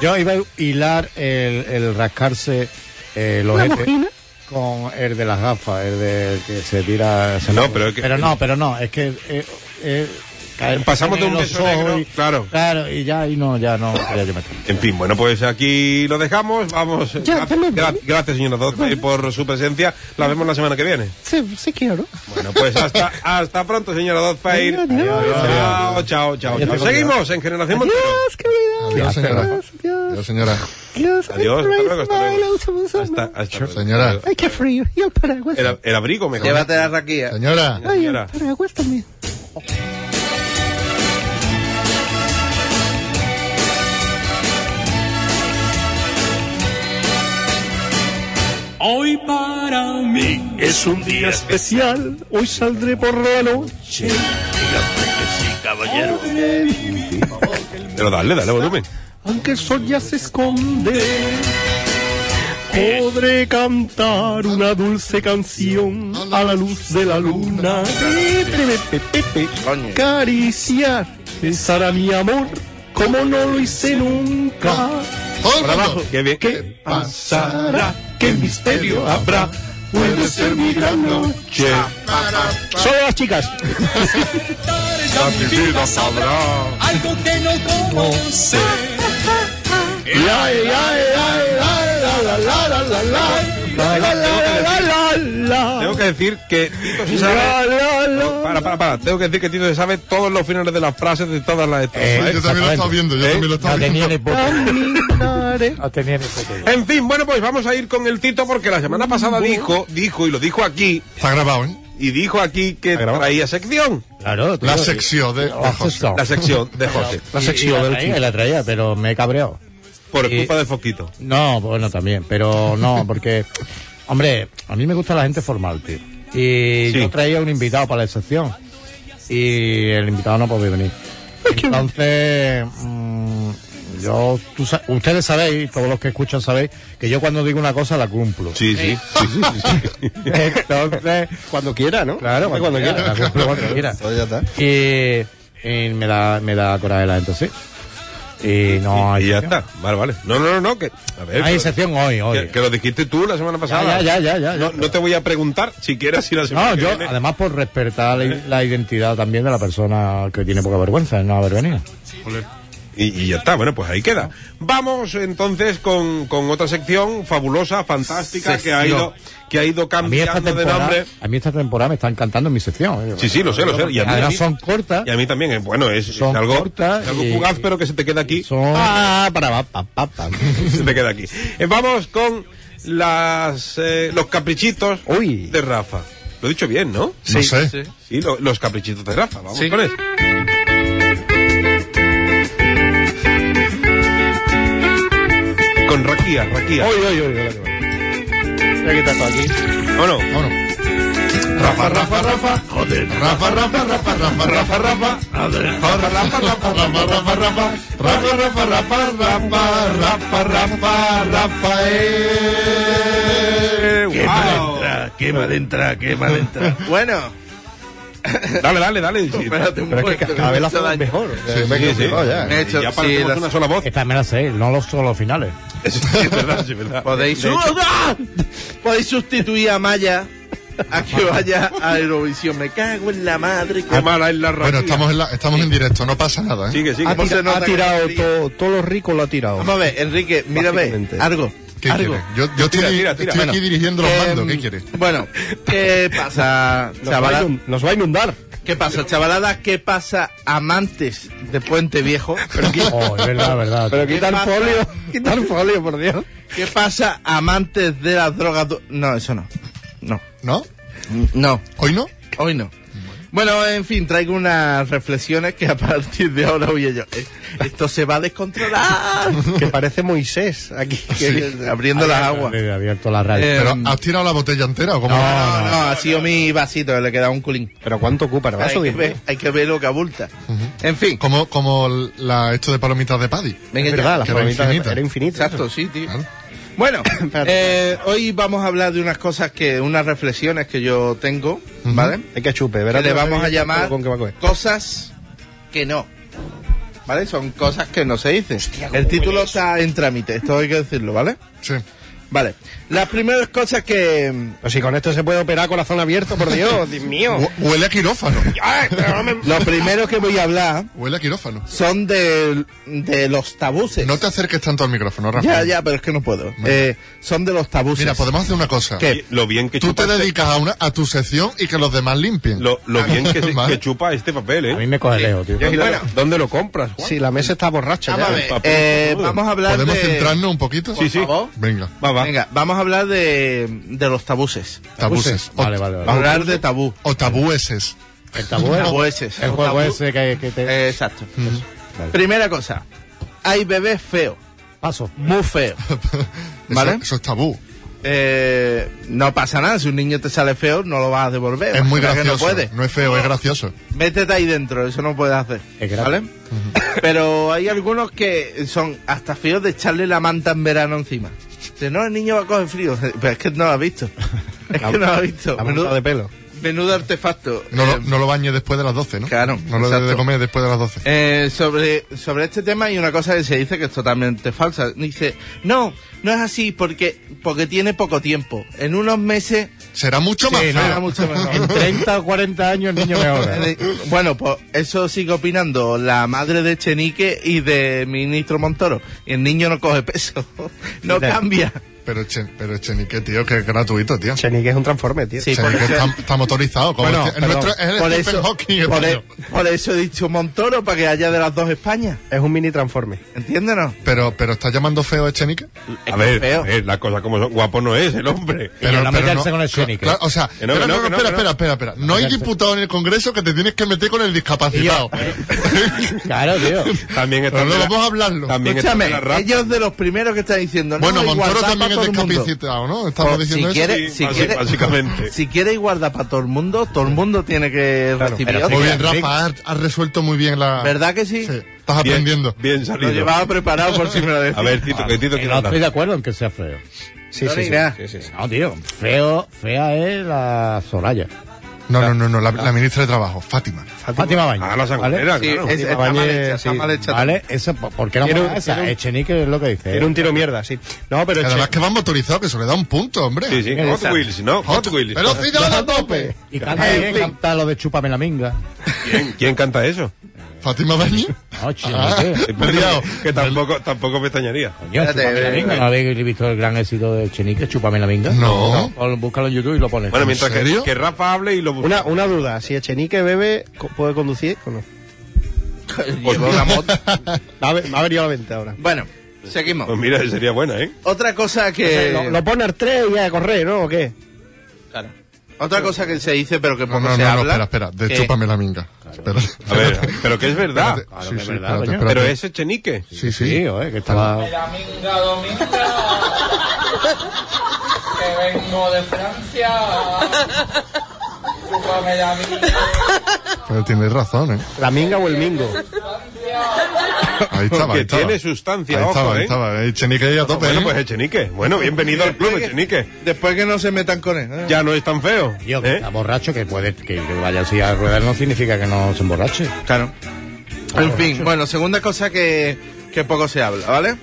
Yo iba a hilar el, el rascarse eh, los
¿Una mojina?
con el de las gafas, el de que se tira. se
No,
la-
pero es que-
no, pero no, es que. eh, eh, caer-
Pasamos de un
los
beso
ojos
negro,
y-
claro.
Claro, y ya, y no, ya no. quería yo meter.
En fin, bueno, pues aquí lo dejamos. Vamos.
Ya,
gra-
ya me voy.
gra- gracias, señora Doctor, por su presencia. La vemos la semana que viene.
Si, si quiero.
Bueno, pues hasta, hasta pronto, señora Dozfair.
Adiós, adiós.
Chao, chao, chao, chao. Seguimos en Generación Montero.
Adiós, querida.
Adiós, señora. Adiós,
Adiós.
señora.
Adiós.
Adiós, hasta luego, hasta
Raise my
luego.
autobús on
Hasta,
my-
hasta luego.
Señora.
Ay, qué frío. Y el paraguas.
El, el abrigo mejor.
Llévate la raquilla.
Señora.
Ay, el
señora.
paraguas también.
Hoy para mí es un día especial. Hoy saldré por la noche. Dígame que sí, caballero.
Pero dale, dale volumen.
Aunque el sol ya se esconde, podré cantar una dulce canción a la luz de la luna.
Coño.
Cariciar, besar a mi amor como no lo hice nunca.
Todo el mundo.
Qué bien.
¿Qué pasará? ¿Qué misterio habrá? Puede ser mi gran noche. Solo las chicas.
Algo que no conoce.
La, la, la, la, la, la, la, la, la, la, la, la, la, la.
Tengo que decir que Tito se sabe.
La, la, la.
Para, para, para. Tengo que decir que Tito se sabe todos los finales de las frases de todas las estrofas.
Eh,
¿eh?
Yo también lo estaba viendo, yo
¿Eh?
también lo estaba
No tenía
viendo.
Ah,
ni puta.
Caminaré.
No tenía ni puta. idea.
En fin, bueno, pues vamos a ir con el Tito porque la semana pasada dijo, dijo y lo dijo aquí,
Está grabado, ¿eh?
y dijo aquí que traía sección,
Claro, tío,
La
y-
sección de, de
La
José.
sección.
la sección
(laughs)
de José,
La sección del traía, la traía, pero me he cabreado.
por
Y-
culpa del foquito.
No, bueno, también, pero no, porque, hombre, a mí me gusta la gente formal, tío. Y
Sí.
yo traía un invitado para la sección. Y el invitado no podía venir. Entonces, mm, yo, tú sa- ustedes sabéis, todos los que escuchan sabéis, que yo cuando digo una cosa la cumplo.
Sí, sí.
(laughs)
Entonces,
Eh. Cuando quiera, ¿no?
claro, cuando, quiera, la cumplo cuando
(laughs)
quiera.
Pues ya está.
Y, y me da, me da coraje la gente, sí. Y no hay
Y ya
sección.
está, vale, vale. No, no, no, no, que, a ver,
Hay
pero-
sección hoy, hoy.
que, que lo dijiste tú la semana pasada.
ya, ya, ya, ya, ya.
No, no te voy a preguntar si quieres si la (laughs) semana
No,
que
yo,
viene-
además por
Eh.
Ah, respetar la, la identidad también de la persona que tiene poca vergüenza, de no haber venido.
Y, y ya está, bueno, pues ahí queda. Vamos entonces con, con otra sección fabulosa, fantástica, que ha ido que ha ido
A mí, esta
cambiando de
temporada,
nombre.
a mí esta temporada me está encantando mi sección. eh.
Sí, sí, lo sé, lo sé. Y a mí-
Además son cortas.
Y a mí también, eh, bueno, es, es
Son
algo,
cortas
es algo
y-
fugaz, pero que se te queda aquí.
Son... Ah, para, pa, pa, pa, pa.
(laughs) se te queda aquí. Eh, vamos con las eh, los caprichitos
Uy.
de Rafa. Lo he dicho bien, ¿no?
No sé.
sí.
Sí, lo- los caprichitos de Rafa. Vamos
Sí.
con eso. Con Raquía, Raquía.
Oye, oye, oye, oye, oye.
Voy a quitar esto aquí.
¿O no?
Vámonos. Rafa, Rafa, Rafa. Joder. Rafa, Rafa, Rafa, Rafa, Rafa, Rafa. Rafa, Rafa, Rafa, Rafa, Rafa, Rafa. Rafa, Rafa, Rafa, Rafa, Rafa, Rafa, Rafa, eh.
Eh, guau.
Ah,
quema dentro, quema dentro.
Bueno,
Dale, dale, dale. Sí,
(laughs) espérate un
Pero es que
momento,
ca- cada vez
me he
la
hecho
hacemos
daño.
mejor. Eh,
sí, sí, sí.
Me he hecho-
Ya
sí,
parecemos
las-
una sola voz.
Esta me la sé, no los solo finales.
Sí,
(laughs)
es verdad, sí, es verdad.
Podéis,
De hecho,
¡Ah! Podéis sustituir a Maya a que vaya a Eurovisión. Me cago en la madre.
qué mala es la Raquía.
Bueno, estamos en, la- estamos en directo, no pasa nada, ¿eh?
Sigue, sigue.
Ha,
¿Cómo
tira-
se nota
ha
que
tirado
no quería?
todo, todo lo rico lo ha tirado.
Vamos a ver, Enrique, mírame.
Básicamente.
Algo.
¿Qué
algo.
quieres? Yo, yo estoy,
Tira, tira, tira.
estoy aquí dirigiendo los mandos, ¿qué
Em,
quieres?
Bueno, ¿qué (laughs) pasa,
Nos, va a
chavalada?
inund- nos va a inundar.
¿Qué pasa, chavalada? ¿Qué pasa, amantes de Puente Viejo?
Oh, es verdad, es verdad.
Pero quita el
pasa?
folio, quita el folio, por Dios.
¿Qué pasa, amantes de las drogas? du- No, eso no. No.
¿No?
No,
¿Hoy no?
hoy no. Bueno, en fin, traigo unas reflexiones que a partir de ahora voy yo. eh, Esto se va a descontrolar.
(laughs) Que parece Moisés aquí.
Que- Abriendo las aguas.
Le he abierto la radio.
Eh,
¿Pero has tirado la botella entera o cómo?
No, no, ha sido mi vasito, le queda un culín.
Pero ¿cuánto ocupa el
Hay
vaso?
que,
Dios
ver,
mío?
hay que ver lo que abulta. En fin,
Como, como la, esto de palomitas de paddy.
venga
Es
ya.
verdad, la
que era
palomitas
infinita.
era infinita.
Exacto, sí, tío.
Claro.
Bueno,
(coughs) Espérate.
eh, hoy vamos a hablar de unas cosas que, unas reflexiones que yo tengo, ¿vale?
Hay que chupe,
Que
¿verdad?
le vamos a llamar
¿Con qué va a coger?
cosas que no. ¿Vale? Son cosas que no se dicen. El título está en trámite, esto hay que decirlo, ¿vale?
Sí.
Vale. Las primeras cosas que... mm,
Pues si con esto se puede operar corazón abierto, por (laughs) Dios, Dios mío.
Hu- Huele
(laughs)
a quirófano.
Lo primero que voy a hablar
Huele a quirófano.
son de, de los tabuses.
No te acerques tanto al micrófono, Rafa.
Ya, ya, pero es que no puedo. Eh, son de los tabuses.
Mira, podemos hacer una cosa.
¿Qué?
Lo bien que
Tú
chupa
te
este-
dedicas a, una, a tu sección y que los demás limpien.
lo, lo bien
(laughs)
que, se-
Vale.
que chupa este papel,
A mí
¿eh?
me coge lejos, tío.
Ya, claro, ¿Dónde lo compras, Juan?
Sí, la mesa está borracha
Vamos a
ya.
ver,
papel,
eh,
todo.
vamos a hablar
¿Podemos
de...
centrarnos un poquito?
Sí, sí.
favor.
Venga.
Va, va.
Venga, vamos a hablar de, de los tabuses.
Tabuses. O,
Vale, vale,
Vamos a
vale.
hablar de tabú.
o tabueses.
El tabú es-
Tabueses.
El juego ese que, que te...
Eh, exacto. Primera cosa. Hay bebés feos.
Paso.
Muy feos. ¿Vale?
(laughs) Eso, eso es tabú.
Eh, no pasa nada. Si un niño te sale feo, no lo vas a devolver.
es muy
Imagina que
gracioso.
No puedes.
es feo, es gracioso.
Métete ahí dentro. Eso no puedes hacer.
Es grave.
¿Vale? Pero hay algunos que son hasta feos de echarle la manta en verano encima. Dice, no, el niño va a coger frío. Pero es que no lo ha visto. (laughs) Es que no lo ha visto.
La mesa
Menudo,
de pelo.
menudo artefacto.
No,
Eh,
lo, no lo bañes después de las 12, ¿no?
Claro,
No lo debes de
exacto.
comer después de las 12.
Eh, sobre, sobre este tema hay una cosa que se dice que es totalmente falsa. Dice, no, no es así porque, porque tiene poco tiempo. En unos meses
Será mucho más
Sí,
feo.
no, era mucho mejor.
En 30 o 40 años el niño me ahora.
Eh, (laughs) Bueno, pues eso sigue opinando la madre de Chenique y de ministro Montoro. El niño no coge peso, (laughs) no
Mira.
cambia.
Pero, che, pero Chenique, tío, que es gratuito, tío.
Chenique es un transforme, tío.
Sí, por eso,
Chenique está, está motorizado. Como
Bueno,
este- el nuestro es el
por,
Stephen
eso,
Hawking. el
por
tuyo.
e- por eso he dicho Montoro, para que haya de las dos Españas.
Es un mini transforme.
¿Entiéndenos?
Pero, pero está llamando feo a Chenique.
A ver,
feo.
a ver, la cosa como son. Guapo no es el hombre.
Pero no meterse con el Chenique.
Claro, o sea,
Que no,
espera,
que no, que
no, no,
no,
espera,
que no.
espera, espera, espera. No hay diputado en el Congreso que te tienes que meter con el discapacitado.
eh,
(laughs)
Claro, tío.
También está.
Pero no vamos a hablarlo.
También está
Escúchame,
la rata.
ellos de los primeros que están diciendo.
Bueno,
no,
Montoro
igualdad
también
para
es
todo el mundo.
discapacitado, ¿no? Estamos
Pues,
diciendo
si
eso.
quiere-
Sí,
si
basi-
quiere-
básicamente.
(laughs) Si quiere igualdad para todo el mundo, todo el mundo tiene que recibir.
pero
otra.
Muy bien,
Venga,
Rafa, has, has resuelto muy bien la...
¿Verdad que sí?
Sí, estás
Bien-
aprendiendo.
Bien
Lo
salido.
llevaba preparado por si me lo decía. Ah,
A ver, Tito, que Tito
Que
quiere
no
hablar.
estoy de acuerdo en que sea feo.
Sí,
No
sí,
ni
sí,
nada.
sí, sí, sí.
No, tío. Feo, fea es la Soraya.
No, no, no, no, la, la ministra de Trabajo, Fátima.
Fátima Baño.
Ah, la sangonera,
Sí,
claro.
es- está
Bañez,
mal hecha,
sí.
está mal hecha.
Vale, eso, ¿por qué no
Tiene un-
mola esa?
tiene un-
Echenique es lo que dice.
Era un tiro mierda, sí. No, pero
Además
Che-
que va motorizado, que se le da un punto, hombre.
Sí, sí, Hot
Exacto.
Wheels, ¿no? Hot Wheels.
¡Velocidad a tope! Eh,
Y canta, bien,
En fin.
canta lo de Chúpame la minga.
¿Quién, quién canta eso? Pues
Fátima Báñez.
No, chico,
Ah,
¿qué?
(laughs) he peleado.
Que tampoco, tampoco me extrañaría.
Coño, Chúpame la Minga. ¿No habéis visto el gran éxito de Chenique, Chúpame la Minga?
No.
Pon- Búscalo en YouTube y lo pones.
Bueno, mientras que, que Rafa hable y lo busque.
Una, una duda, si Echenique bebe, co- ¿puede conducir o no?
Lleva una moto.
(laughs)
Me ha, me ha venido a la mente ahora.
Bueno, seguimos.
Pues mira, sería buena, ¿eh?
Otra cosa
Pues, eh,
que.
Lo, lo pone al 3 y ya a correr, ¿no? ¿O qué?
Claro. Otra cosa que se dice, pero que
No,
poco
no, no,
se
no,
habla.
espera, espera. De
que-
chúpame la minga. Espera.
A ver, pero que es verdad.
Espérate. Sí,
que es
sí,
verdad,
espérate,
coño.
espérate.
Pero es Echenique.
Sí, sí.
Sí, oye, que estaba...
La minga dominga, que vengo de Francia. Chúpame la minga,
Pero tienes razón, ¿eh?
¿La minga o el mingo?
Ahí estaba, ahí
Porque
estaba.
tiene sustancia,
Ahí
ojo,
estaba, ahí
¿eh?
estaba. El Chenique ahí a tope,
Bueno,
¿eh?
pues Echenique. Bueno, bienvenido al club, Echenique.
Después que no se metan con él. ¿eh?
Ya no es tan feo.
Yo, que
¿eh?
está borracho, que puede que, que vaya así a ruedar no significa que no se emborrache.
Claro. En fin, bueno, segunda cosa que, que poco se habla, ¿vale?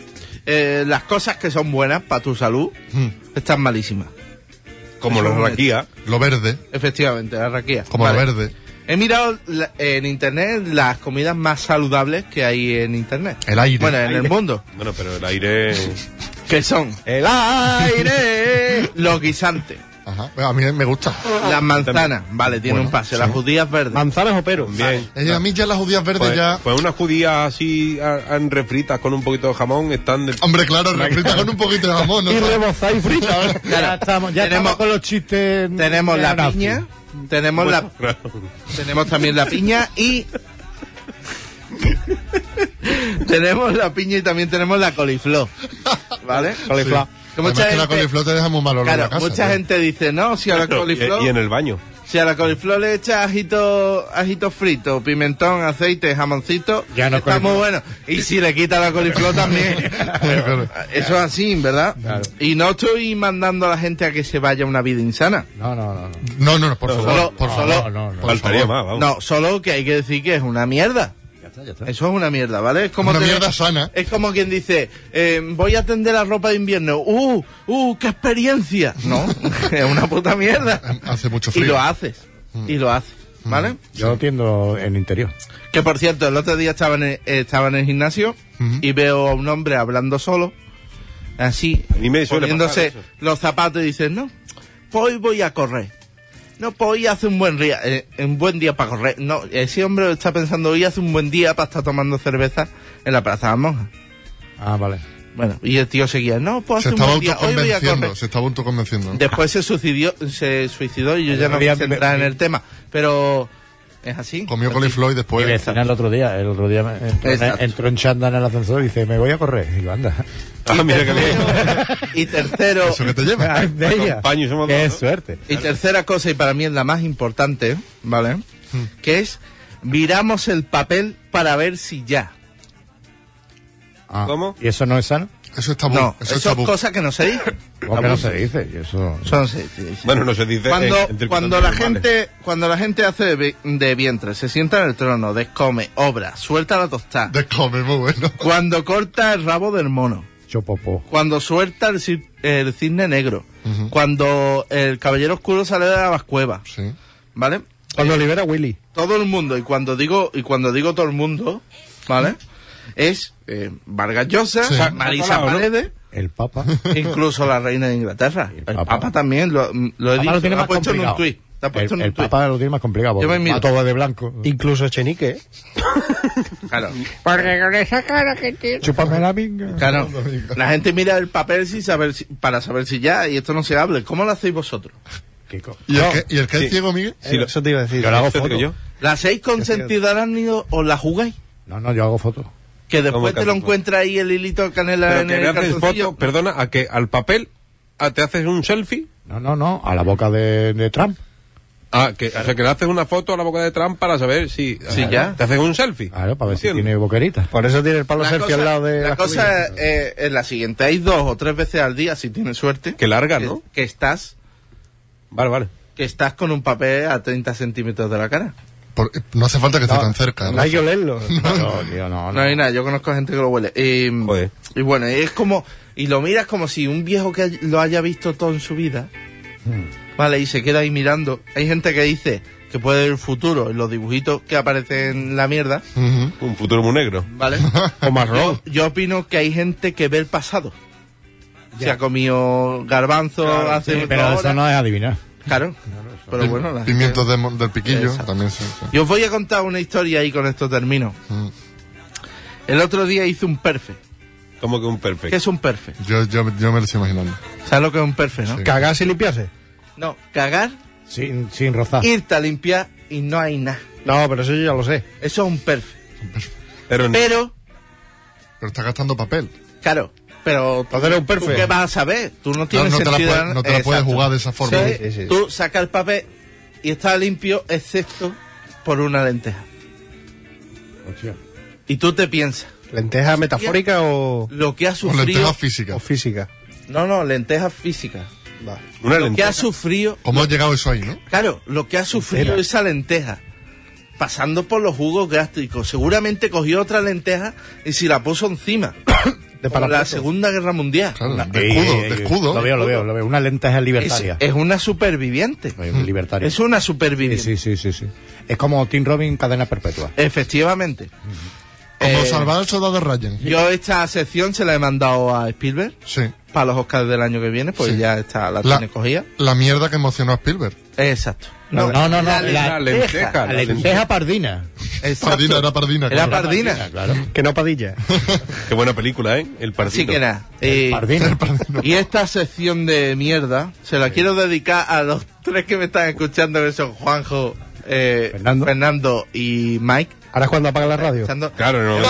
Eh, las cosas que son buenas para tu salud
Mm.
están malísimas.
Como los raquía.
Lo verde,
Efectivamente, la raquía.
como
Vale.
lo verde.
He mirado la- en internet las comidas más saludables que hay en internet.
El aire.
Bueno, en el mundo.
Bueno, pero el aire.
Que son
¡El aire!
los guisantes,
Ajá. A mí me gusta.
las manzanas, vale, tiene
Bueno,
un pase,
sí.
las judías verdes.
Manzanas o peros.
Bien.
Eh, A mí ya las judías verdes
Pues,
ya...
pues unas judías así a- en refritas con un poquito de jamón están de.
Hombre, claro, refrita con un poquito de
(laughs)
jamón. ¿no? ¿eh?
Y rebozar y frita.
Ya estamos, ya
Tenemos-
estamos con los chistes.
Tenemos
de
la
Arnau.
piña, tenemos la tenemos también la piña y tenemos la piña y también tenemos la coliflor, ¿vale?
Coliflor.
Que
Además
mucha
que la
gente,
coliflor te deja muy mal olor en
claro,
la casa.
mucha
¿eh?
gente dice, "No, si a la
Claro, y, eh,
coliflor
y en el baño.
Si a la coliflor le echas ajito, ajito frito, pimentón, aceite, jamoncito,
Ya no es
está
coliflor.
muy bueno. Y si le quitas la coliflor también.
(laughs) Claro.
Eso es así, ¿verdad? Y no estoy mandando a la gente a que se vaya una vida insana.
No, no, no. no.
No, no, no, por favor.
solo-
por
no,
favor.
no, no, no.
por
Faltaría
favor.
más, vamos.
No, solo que hay que decir que es una mierda.
Ya está, ya está.
Eso es una mierda, ¿vale? Es como
Una
tener-
mierda sana.
Es como quien dice, eh, voy a tender la ropa de invierno. ¡Uh! ¡Uh! ¡Qué experiencia! No, (laughs) es una puta mierda.
Hace mucho
Y
frío. Mm.
lo haces. Y lo haces, ¿vale?
Yo lo tiendo en interior.
Que por cierto, el otro día estaba en el, estaba en el gimnasio
Ujú.
y veo a un hombre hablando solo, así,
A mí me suele
poniéndose
pasar eso.
los zapatos y dice, no, pues hoy voy a correr. No, pues hoy hace un buen día, eh, un buen día para correr. No, ese hombre está pensando, hoy hace un buen día para estar tomando cerveza en la Plaza de las Monjas.
Ah, vale.
Bueno, y el tío seguía, no, pues
Se
hace un
estaba
buen día, hoy voy a correr.
autoconvenciendo, se estaba autoconvenciendo.
Después se suicidó, se suicidó y yo ya no
Había-
quise entrar en el tema, pero es así.
Comió coliflor y después...
Mi vecina el otro día, el otro día me- entró,
Exacto.
entró en chanda en el ascensor y dice, me voy a correr. Y digo, anda.
Ah,
(laughs)
mira que bien.
Y tercero,
Eso que te lleva.
Ay, de ella.
Acompaño y somos
Qué
dos, ¿no?
suerte.
Y tercera cosa, y para mí es la más importante, ¿vale?
Hmm.
Que es viramos el papel para ver si ya.
Ah,
¿Cómo?
¿Y eso no es sano?
Eso es tabú.
no,
eso
eso,
es tabú.
es cosa que no se
(coughs)
dice.
¿Cómo que no se dice? Y eso...
Eso no se dice.
Bueno, no se dice.
Cuando,
eh, en circunstancias
cuando la
normales.
gente, cuando la gente hace de, vi- de vientre, se sienta en el trono, descome, obra, suelta la tostada.
Descome, muy bueno.
Cuando corta el rabo del mono.
Chopopó.
Cuando suelta el, ci- el cisne negro.
Ujú.
Cuando el caballero oscuro sale de las cuevas.
Sí.
¿Vale?
Cuando libera a Willy.
todo el mundo y cuando digo y cuando digo todo el mundo vale es eh, Vargas Llosa
Sí.
Marisa Paredes
(laughs) El
(laughs)
Papa.
incluso la reina de Inglaterra el,
Papa.
Papa. también lo, lo he
Papa
dicho
lo tiene
lo ha
más
puesto en un
complicado.
tuit lo ha puesto
el,
en
el
un tuit
Papa lo tiene más complicado.
Yo me
porque
miro.
va todo de blanco.
Incluso Echenique, ¿eh?
claro
Porque con esa cara que tiene.
Chúpame la minga.
claro la gente mira el papel sin saber si- para saber si ya y esto no se hable cómo lo hacéis vosotros
Qué co-
¿Y el que, y el que
Sí.
es ciego, Miguel?
Sí, lo-
Eso te iba a decir.
Yo la hago
Esto
foto.
digo yo.
la hacéis con sentido o la jugáis
No, no, yo hago fotos.
que después
que
te
haces
lo
foto?
encuentra ahí el hilito de canela
Pero
en
que
el
le haces
calzoncillo.
foto, perdona, a que al papel a- te haces un selfie.
No, no, no. A la boca de, de Trump.
Ah, que, o sea, que le haces una foto a la boca de Trump para saber si ah,
Sí, ya.
te haces un selfie.
Claro, para ver si
¿Entiendes?
tiene boquerita.
Por eso tiene el palo
la
selfie
cosa,
al lado de.
la
las
cosa
cubillas.
eh, es la siguiente hay dos o tres veces al día si tienes suerte
Que larga,
que-
¿no?
que estás
Vale, vale.
que estás con un papel a 30 centímetros de la cara.
Por-
eh,
no hace falta que esté tan cerca.
No hay que
(laughs)
olerlo.
No, tío, no, no.
No hay nada, yo conozco gente que lo huele. Y,
Joder.
y bueno, es como. Y lo miras como si un viejo que hay- lo haya visto todo en su vida. Vale, y se queda ahí mirando. Hay gente que dice que puede ver el futuro, en los dibujitos que aparecen en la mierda,
Un futuro muy negro.
(laughs)
¿vale?
O marrón.
Yo opino que hay gente que ve el pasado. Se ha comido garbanzo hace una
Pero
hora.
eso no es adivinar.
Claro, pero bueno. la gente-
Pimientos de mon- del piquillo también se. se-
Yo os voy a contar una historia y con esto termino.
Mm.
El otro día hice un perfect.
Como que un
¿Qué
perfecto.
es un perfect?
Yo, yo, yo me lo estoy imaginando.
¿Sabes lo que es un perfect, no?
Sí.
Cagarse y limpiarse.
No, cagar,
Sin, sin rozar.
irte a limpiar y no hay nada.
No, pero eso yo ya lo sé.
Eso es un perfect.
Pero,
Pero,
Pero está gastando papel.
claro, pero
Hacer un
¿tú
perfect.
qué vas a saber? Tú no tienes
no te la
sentido.
puedes- no te la puedes
Exacto.
jugar de esa forma.
Sí,
Sí, sí, sí.
Tú sacas el papel y está limpio excepto por una lenteja. Y tú te piensas,
¿Lenteja metafórica o,
lo que ha
Con
sufrido...
lentejas físicas.
o física?
No, no, lentejas físicas.
Va.
una
Lo que
lenteja.
ha sufrido
¿Cómo ha llegado eso ahí, no?
Claro, lo que ha sufrido
Entera.
esa lenteja, pasando por los jugos gástricos, seguramente cogió otra lenteja y se la puso
(coughs)
encima.
De
para la
parapeto.
Segunda Guerra Mundial.
Claro,
Una-
de
eh,
escudo,
eh,
de escudo.
Lo veo, lo veo, lo veo. Una lenteja
Es,
libertaria.
es una superviviente.
Eh, libertaria.
Es una
Sí,
superviviente.
sí, sí, sí, sí. Es como Tim Robin, cadena perpetua.
Efectivamente.
Como
Eh,
salvar al soldado Ryan.
Yo esta sección se la he mandado a Spielberg
Sí.
para los Oscars del año que viene, pues
Sí.
ya está, la,
La-
tiene cogida.
La mierda que emocionó a Spielberg.
Exacto.
No, no, no. La,
la lenteja,
lenteja,
la
lenteja pardina.
Exacto.
Pardina, era Pardina.
Era
claro.
pardina.
Claro.
Que no padilla.
Qué buena película, ¿eh? El partido.
Así que nada. eh,
Pardina.
Y esta sección de mierda se la quiero dedicar a los tres que me están escuchando, que son Juanjo, eh,
Fernando.
Fernando. y Mike.
Ahora es cuando apaga la radio.
Escuchando-
Claro, no.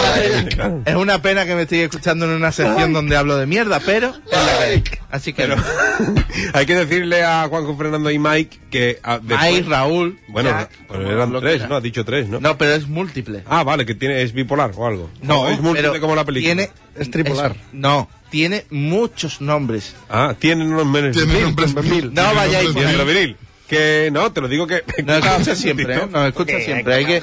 claro.
(laughs) Es una pena que me estéis escuchando en una sección donde hablo de mierda, pero es la que hay. Así que (laughs)
Pero hay que decirle a Juanjo Fernando y Mike que. ah, después-
Mike, Raúl.
Bueno,
Jack,
pero eran
lo que
tres,
era.
¿no? Has dicho tres, ¿no?
No, pero es múltiple.
Ah, vale, que tiene, es bipolar o algo. es múltiple
pero
como la película.
Tiene,
Es tripolar.
eso, no, tiene muchos nombres.
Ah, tienen unos menos.
Tiene nombres mil.
No vayáis por
Miembro
ahí.
viril. Que no, te lo digo que. (laughs)
Nos escucha siempre, ¿eh? Nos escucha siempre. Hay que,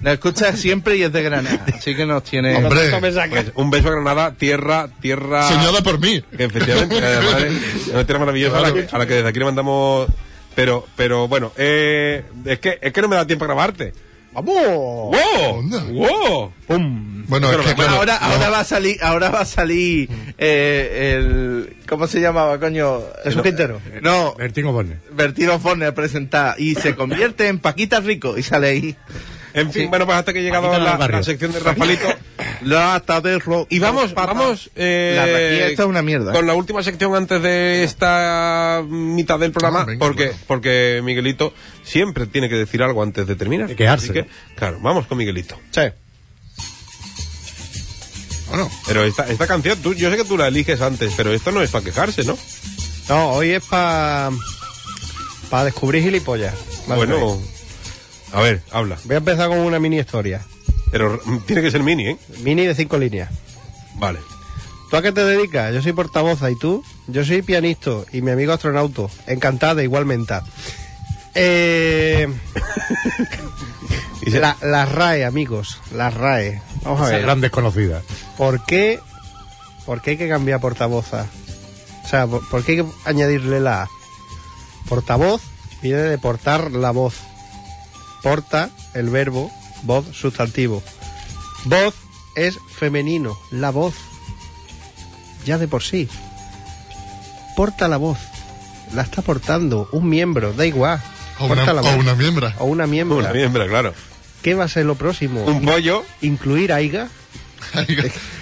nos escucha siempre y es de Granada. Así que nos tiene.
Hombre,
Pues, un beso a Granada, tierra, tierra.
soñada por mí.
(laughs) Que efectivamente, además, es una tierra maravillosa a la, que, a la que desde aquí le mandamos. Pero, pero bueno, eh, es, que, es que no me da tiempo a grabarte.
¡Vamos!
¡Wow!
Onda.
¡Wow!
Bueno, es que claro.
ahora,
no,
ahora va a salir, ahora va a salir eh, el ¿cómo se llamaba, coño?
Jesús Quintero.
No,
Bertín Osborne.
Bertino Forner presenta y se convierte en Paquita Rico y sale ahí.
En fin,
Sí.
bueno, pues hasta que he llegado a
Paquita del
la,
barrio.
la sección de Rafalito.
(coughs) Lata de ro-
Y vamos,
patas.
vamos. eh,
La raquilla esta es una mierda. ¿eh?
Con la última sección antes de esta mitad del programa,
Ah, venga,
porque
bueno.
porque Miguelito siempre tiene que decir algo antes de terminar.
De quejarse.
Así que, claro, vamos con Miguelito.
Sí.
Bueno,
Pero esta, esta canción, tú, yo sé que tú la eliges antes, pero esto no es para quejarse, ¿no?
No, hoy es para para descubrir gilipollas. Vale,
bueno, a ver, habla.
Voy a empezar con una mini historia.
Pero mm, tiene que ser mini, ¿eh?
Mini de cinco líneas.
Vale.
¿Tú a qué te dedicas? Yo soy portavoza y tú. Yo soy pianista y mi amigo astronauta. Encantada, igualmente. Eh, la, la RAE, amigos. La RAE. Vamos a
Esa
ver.
gran desconocida.
¿Por qué, por qué hay que cambiar portavoza? O sea, ¿por, por qué hay que añadirle la A? Portavoz viene de portar la voz. Porta, el verbo, voz, sustantivo. Voz es femenino, la voz. Ya de por sí. Porta la voz. La está portando un miembro, da igual.
o una,
Porta la voz.
o una miembra.
O una miembro.
Una miembra, claro.
¿Qué va a ser lo próximo?
Un pollo
¿Incluir aiga?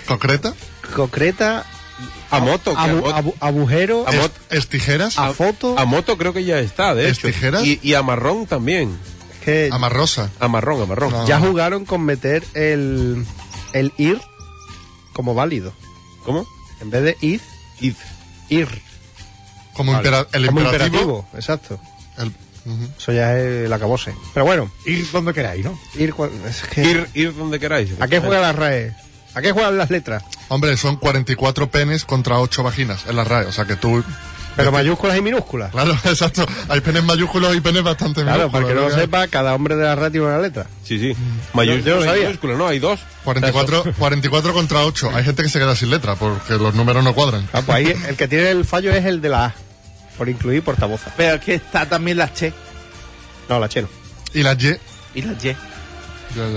¿Concreta?
¿Concreta?
a moto. que a
abu-
moto-
abu- ¿Agujero?
A
¿Es,
mot-
es tijeras?
a foto
a moto creo que ya está, de
¿Es
hecho.
tijeras?
Y, y a marrón también.
que
Amarrosa.
A marrón, a marrón.
No.
ya jugaron con meter el, el ir como válido.
¿Cómo?
En vez de id,
Id.
ir.
Como impera- el
como
imperativo.
imperativo, exacto.
El, ujú.
Eso ya es la cabose. Pero bueno,
Ir donde queráis, ¿no?
ir cua- es que-
Ir, ir donde queráis.
¿A qué juega la RAE? ¿A qué juegan las letras?
Hombre, son 44 penes contra 8 vaginas en la RAE. O sea que tú.
Pero mayúsculas y minúsculas.
Claro, (laughs) exacto. Hay penes mayúsculos y penes bastante
Claro, para que no lo
minúsculos. Mm.
sepa, cada hombre de la RAE tiene una letra.
Sí, sí.
Yo- yo
Mayúscula,
lo sabía.
mayúscula, ¿no? Hay dos.
44, 44 contra 8. Hay gente que se queda sin letra porque los números no cuadran.
Ah, pues ahí
(laughs)
el que tiene el fallo es el de la A, por incluir portavoza.
Pero es que está también la Che.
No, la cheno.
Y Y las Y.
Y las Y.
ya.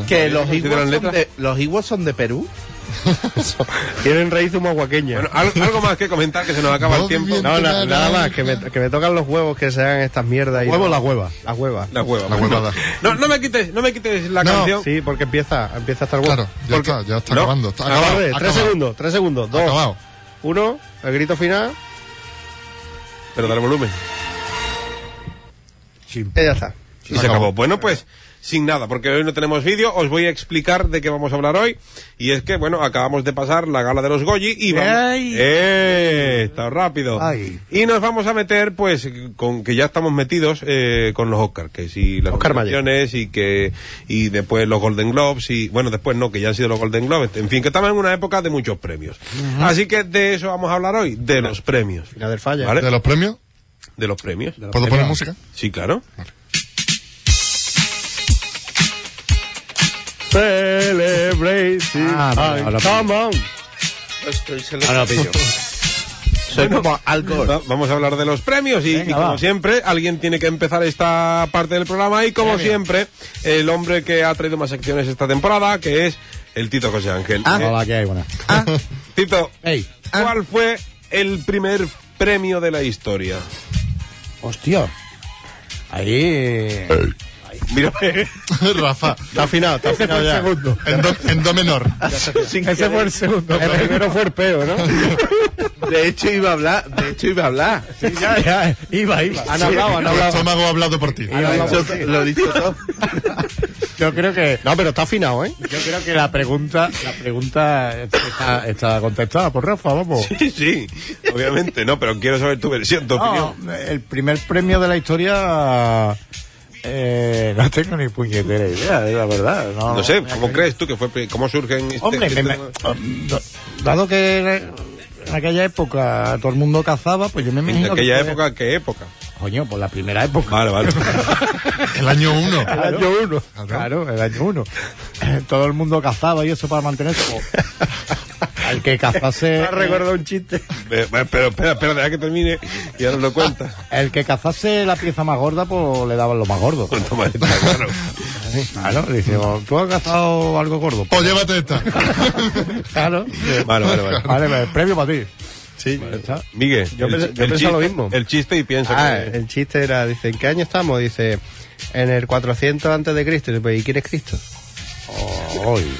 Que los
¿Consideran
Ewoks son
letras?
de, los Ewoks son de Perú.
Tienen raíz humahuaqueña.
Bueno, al- algo más que comentar que se nos acaba el tiempo.
No, na- nada más, que me, que me tocan los huevos que se hagan estas mierdas. y-
Huevo o la hueva.
La hueva.
La hueva.
La huevada.
No, no me quites, no me quites la
No,
canción.
Sí, porque empieza, empieza a estar huevo.
Claro, ya está, ya está
No.
acabando. Está
Acabado,
acabado.
tres
acabado,
segundos, tres segundos, dos,
acabado.
uno, el grito final
Pero dale volumen.
y Eh, ya está.
Y se acabó. Bueno, pues sin nada, porque hoy no tenemos vídeo, os voy a explicar de qué vamos a hablar hoy. Y es que, bueno, acabamos de pasar la gala de los Goyi y vamos...
Ay.
¡Eh! Está rápido.
Ay.
Y nos vamos a meter, pues, con que ya estamos metidos eh, con los Oscar, que sí, las
Oscar Mayer.
nominaciones y que y después los Golden Globes y bueno, después no, que ya han sido los Golden Globes. En fin, que estamos en una época de muchos premios. Así que de eso vamos a hablar hoy, de los premios.
Final del falla.
¿Vale?
¿De los premios?
De los premios.
¿Puedo poner música?
Sí, claro.
Celebrating.
Ah, no,
and
ahora
come on.
Estoy
Ahora pillo.
Soy como Al Gore.
Va- Vamos a hablar de los premios y,
Venga,
y como
va.
siempre, alguien tiene que empezar esta parte del programa y como siempre, el hombre que ha traído más secciones esta temporada, que es el Tito José Ángel. Eh,
Hola, ¿qué hay? Buena.
(laughs) Tito,
Ey. Ah.
¿cuál fue el primer premio de la historia?
Hostia.
(laughs)
Ahí.
Mira, (laughs)
Rafa,
Está afinado, está afinado ya.
en do, en do menor.
Ese fue el segundo.
El primero fue el peo, ¿no?
(laughs) De hecho iba a hablar, de hecho iba a hablar.
Ya, iba, iba.
Han hablado, han
El
hablado.
estómago ha hablado por ti.
Lo he dicho to- lo he dicho todo.
(laughs) Yo creo que.
No, pero está afinado, ¿eh?
Yo creo que la pregunta, la pregunta está, está contestada por Rafa, vamos.
sí, sí, obviamente, no, pero quiero saber tu versión, tu
No,
opinión.
el primer premio de la historia eh, no tengo ni puñetera idea, es la verdad. No,
No sé, ¿cómo crees tú que fue, pri- cómo surgen este,
Hombre,
este-
me- me- do- dado que en aquella época todo el mundo cazaba, pues yo me
en
imagino que
aquella
fue-
época, qué época?
Coño, por la primera época.
Vale,
(laughs)
vale.
El año uno.
El año uno. Claro, el año uno. Todo el mundo cazaba y eso para mantenerse. O- Al que cazase.
Ha recordado un chiste.
Eh, pero espera, espera, deja que termine y ahora os lo cuentas.
El que cazase la pieza más gorda, pues le daban lo más gordo.
Cuanto más está, claro.
Claro, le decimos, tú has cazado algo gordo.
Pues llévate esta.
Claro.
Vale, vale, vale.
Vale, el premio para ti.
Sí.
Ya está.
Miguel,
Yo
el
pensé-
chi-
yo
el
pensaba lo
chiste-
mismo.
El chiste y piensa
Ah,
que-
el chiste era, dice, ¿en qué año estamos? Dice, en el 400 antes de Cristo. Dice, pues, ¿y quién es Cristo?
Hoy.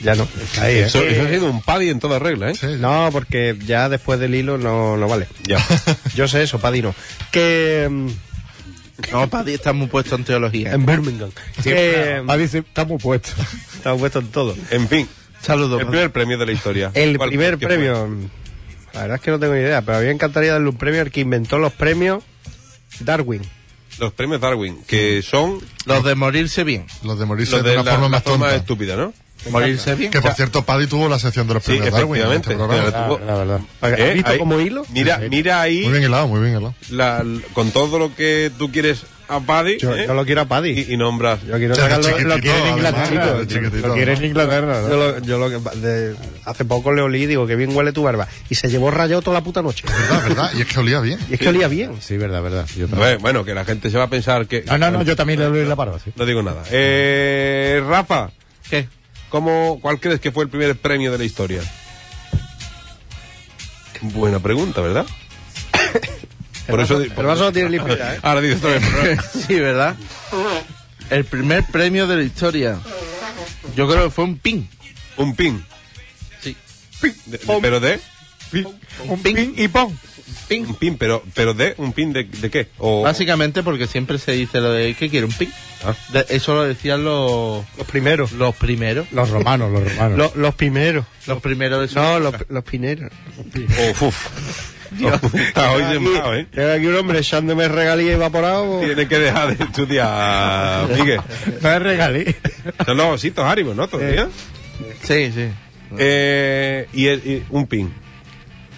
Ya no.
Ahí, ¿eh?
Eso, eso ha sido un paddy en toda regla, ¿eh?
No, porque ya después del hilo no, no vale.
Ya.
(laughs) Yo sé eso, Padino. Que... mm,
No, Paddy está muy puesto en teología.
En Birmingham. Que... mm,
Nadie se- está muy puesto.
Estamos puestos en todo.
En fin,
Saludos.
el primer premio de la
(laughs)
historia.
El
¿Cuál-
primer
qué fue?
premio. mm, La verdad es que no tengo ni idea, pero a mí me encantaría darle un premio al que inventó los premios Darwin.
Los premios Darwin, que son
Los de morirse bien.
Los de morirse
los
de,
de
una
la,
forma
la
más
forma
tonta.
estúpida, ¿no?
Morirse bien.
Que por cierto, Paddy tuvo la sección de los
Sí,
premios Darwin. en este
efectivamente.
programa.
Claro.
Ah,
La verdad.
¿Has
¿Eh?
visto
Ahí-
como hilo?
Mira, mira
Muy
ahí
bien helado, muy bien helado.
la- con todo lo que tú quieres a Paddy
Yo,
¿eh?
yo lo quiero a Paddy.
y, y nombras.
Yo quiero
Ya,
sacarlo.
chiquitito,
Lo quiero en
además,
Inglaterra,
claro,
chico.
chiquitito,
Lo quieres en Inglaterra,
Yo
¿no?
lo, yo lo que- de- hace poco le olí, digo que bien huele tu barba. Y se llevó rayado toda la puta (laughs) noche.
¿Verdad, verdad? Y es que olía bien.
Y es que olía bien.
Sí, verdad, verdad. Yo
A
también.
ver, bueno, que la gente se va a pensar que...
No, no, no, yo también le doy la barba, sí.
No digo nada. Eh, Rafa,
¿Qué?
¿cómo, ¿cuál crees que fue el primer premio de la historia? Buena pregunta,
(laughs)
¿verdad? Por eso, di-
El vaso no tiene límite, ¿eh?
Ahora dices otra vez.
(laughs) Sí, ¿verdad? El primer premio de la historia. Yo creo que fue un pin.
Un pin.
Sí.
Pin. De- ¿Pero de?
Un pin y pon.
Un
Pin.
pin, pero, pero de. ¿Un pin de, de qué? O,
Básicamente porque siempre se dice lo de ¿qué quiere un pin?
Ah.
De- eso lo decían los,
Los primeros.
los primeros.
Los romanos, los romanos.
Los, los primeros.
Los primeros de su
No, los, los pineros.
o uf. Está hoy sembrado, ¿eh?
Tengo aquí un hombre echándome regalía evaporado.
Tiene que dejar de estudiar, Miguel.
No es regalí.
Son los ositos áribos, ¿no? Todavía.
Sí, sí.
Eh, y, el- y un pin.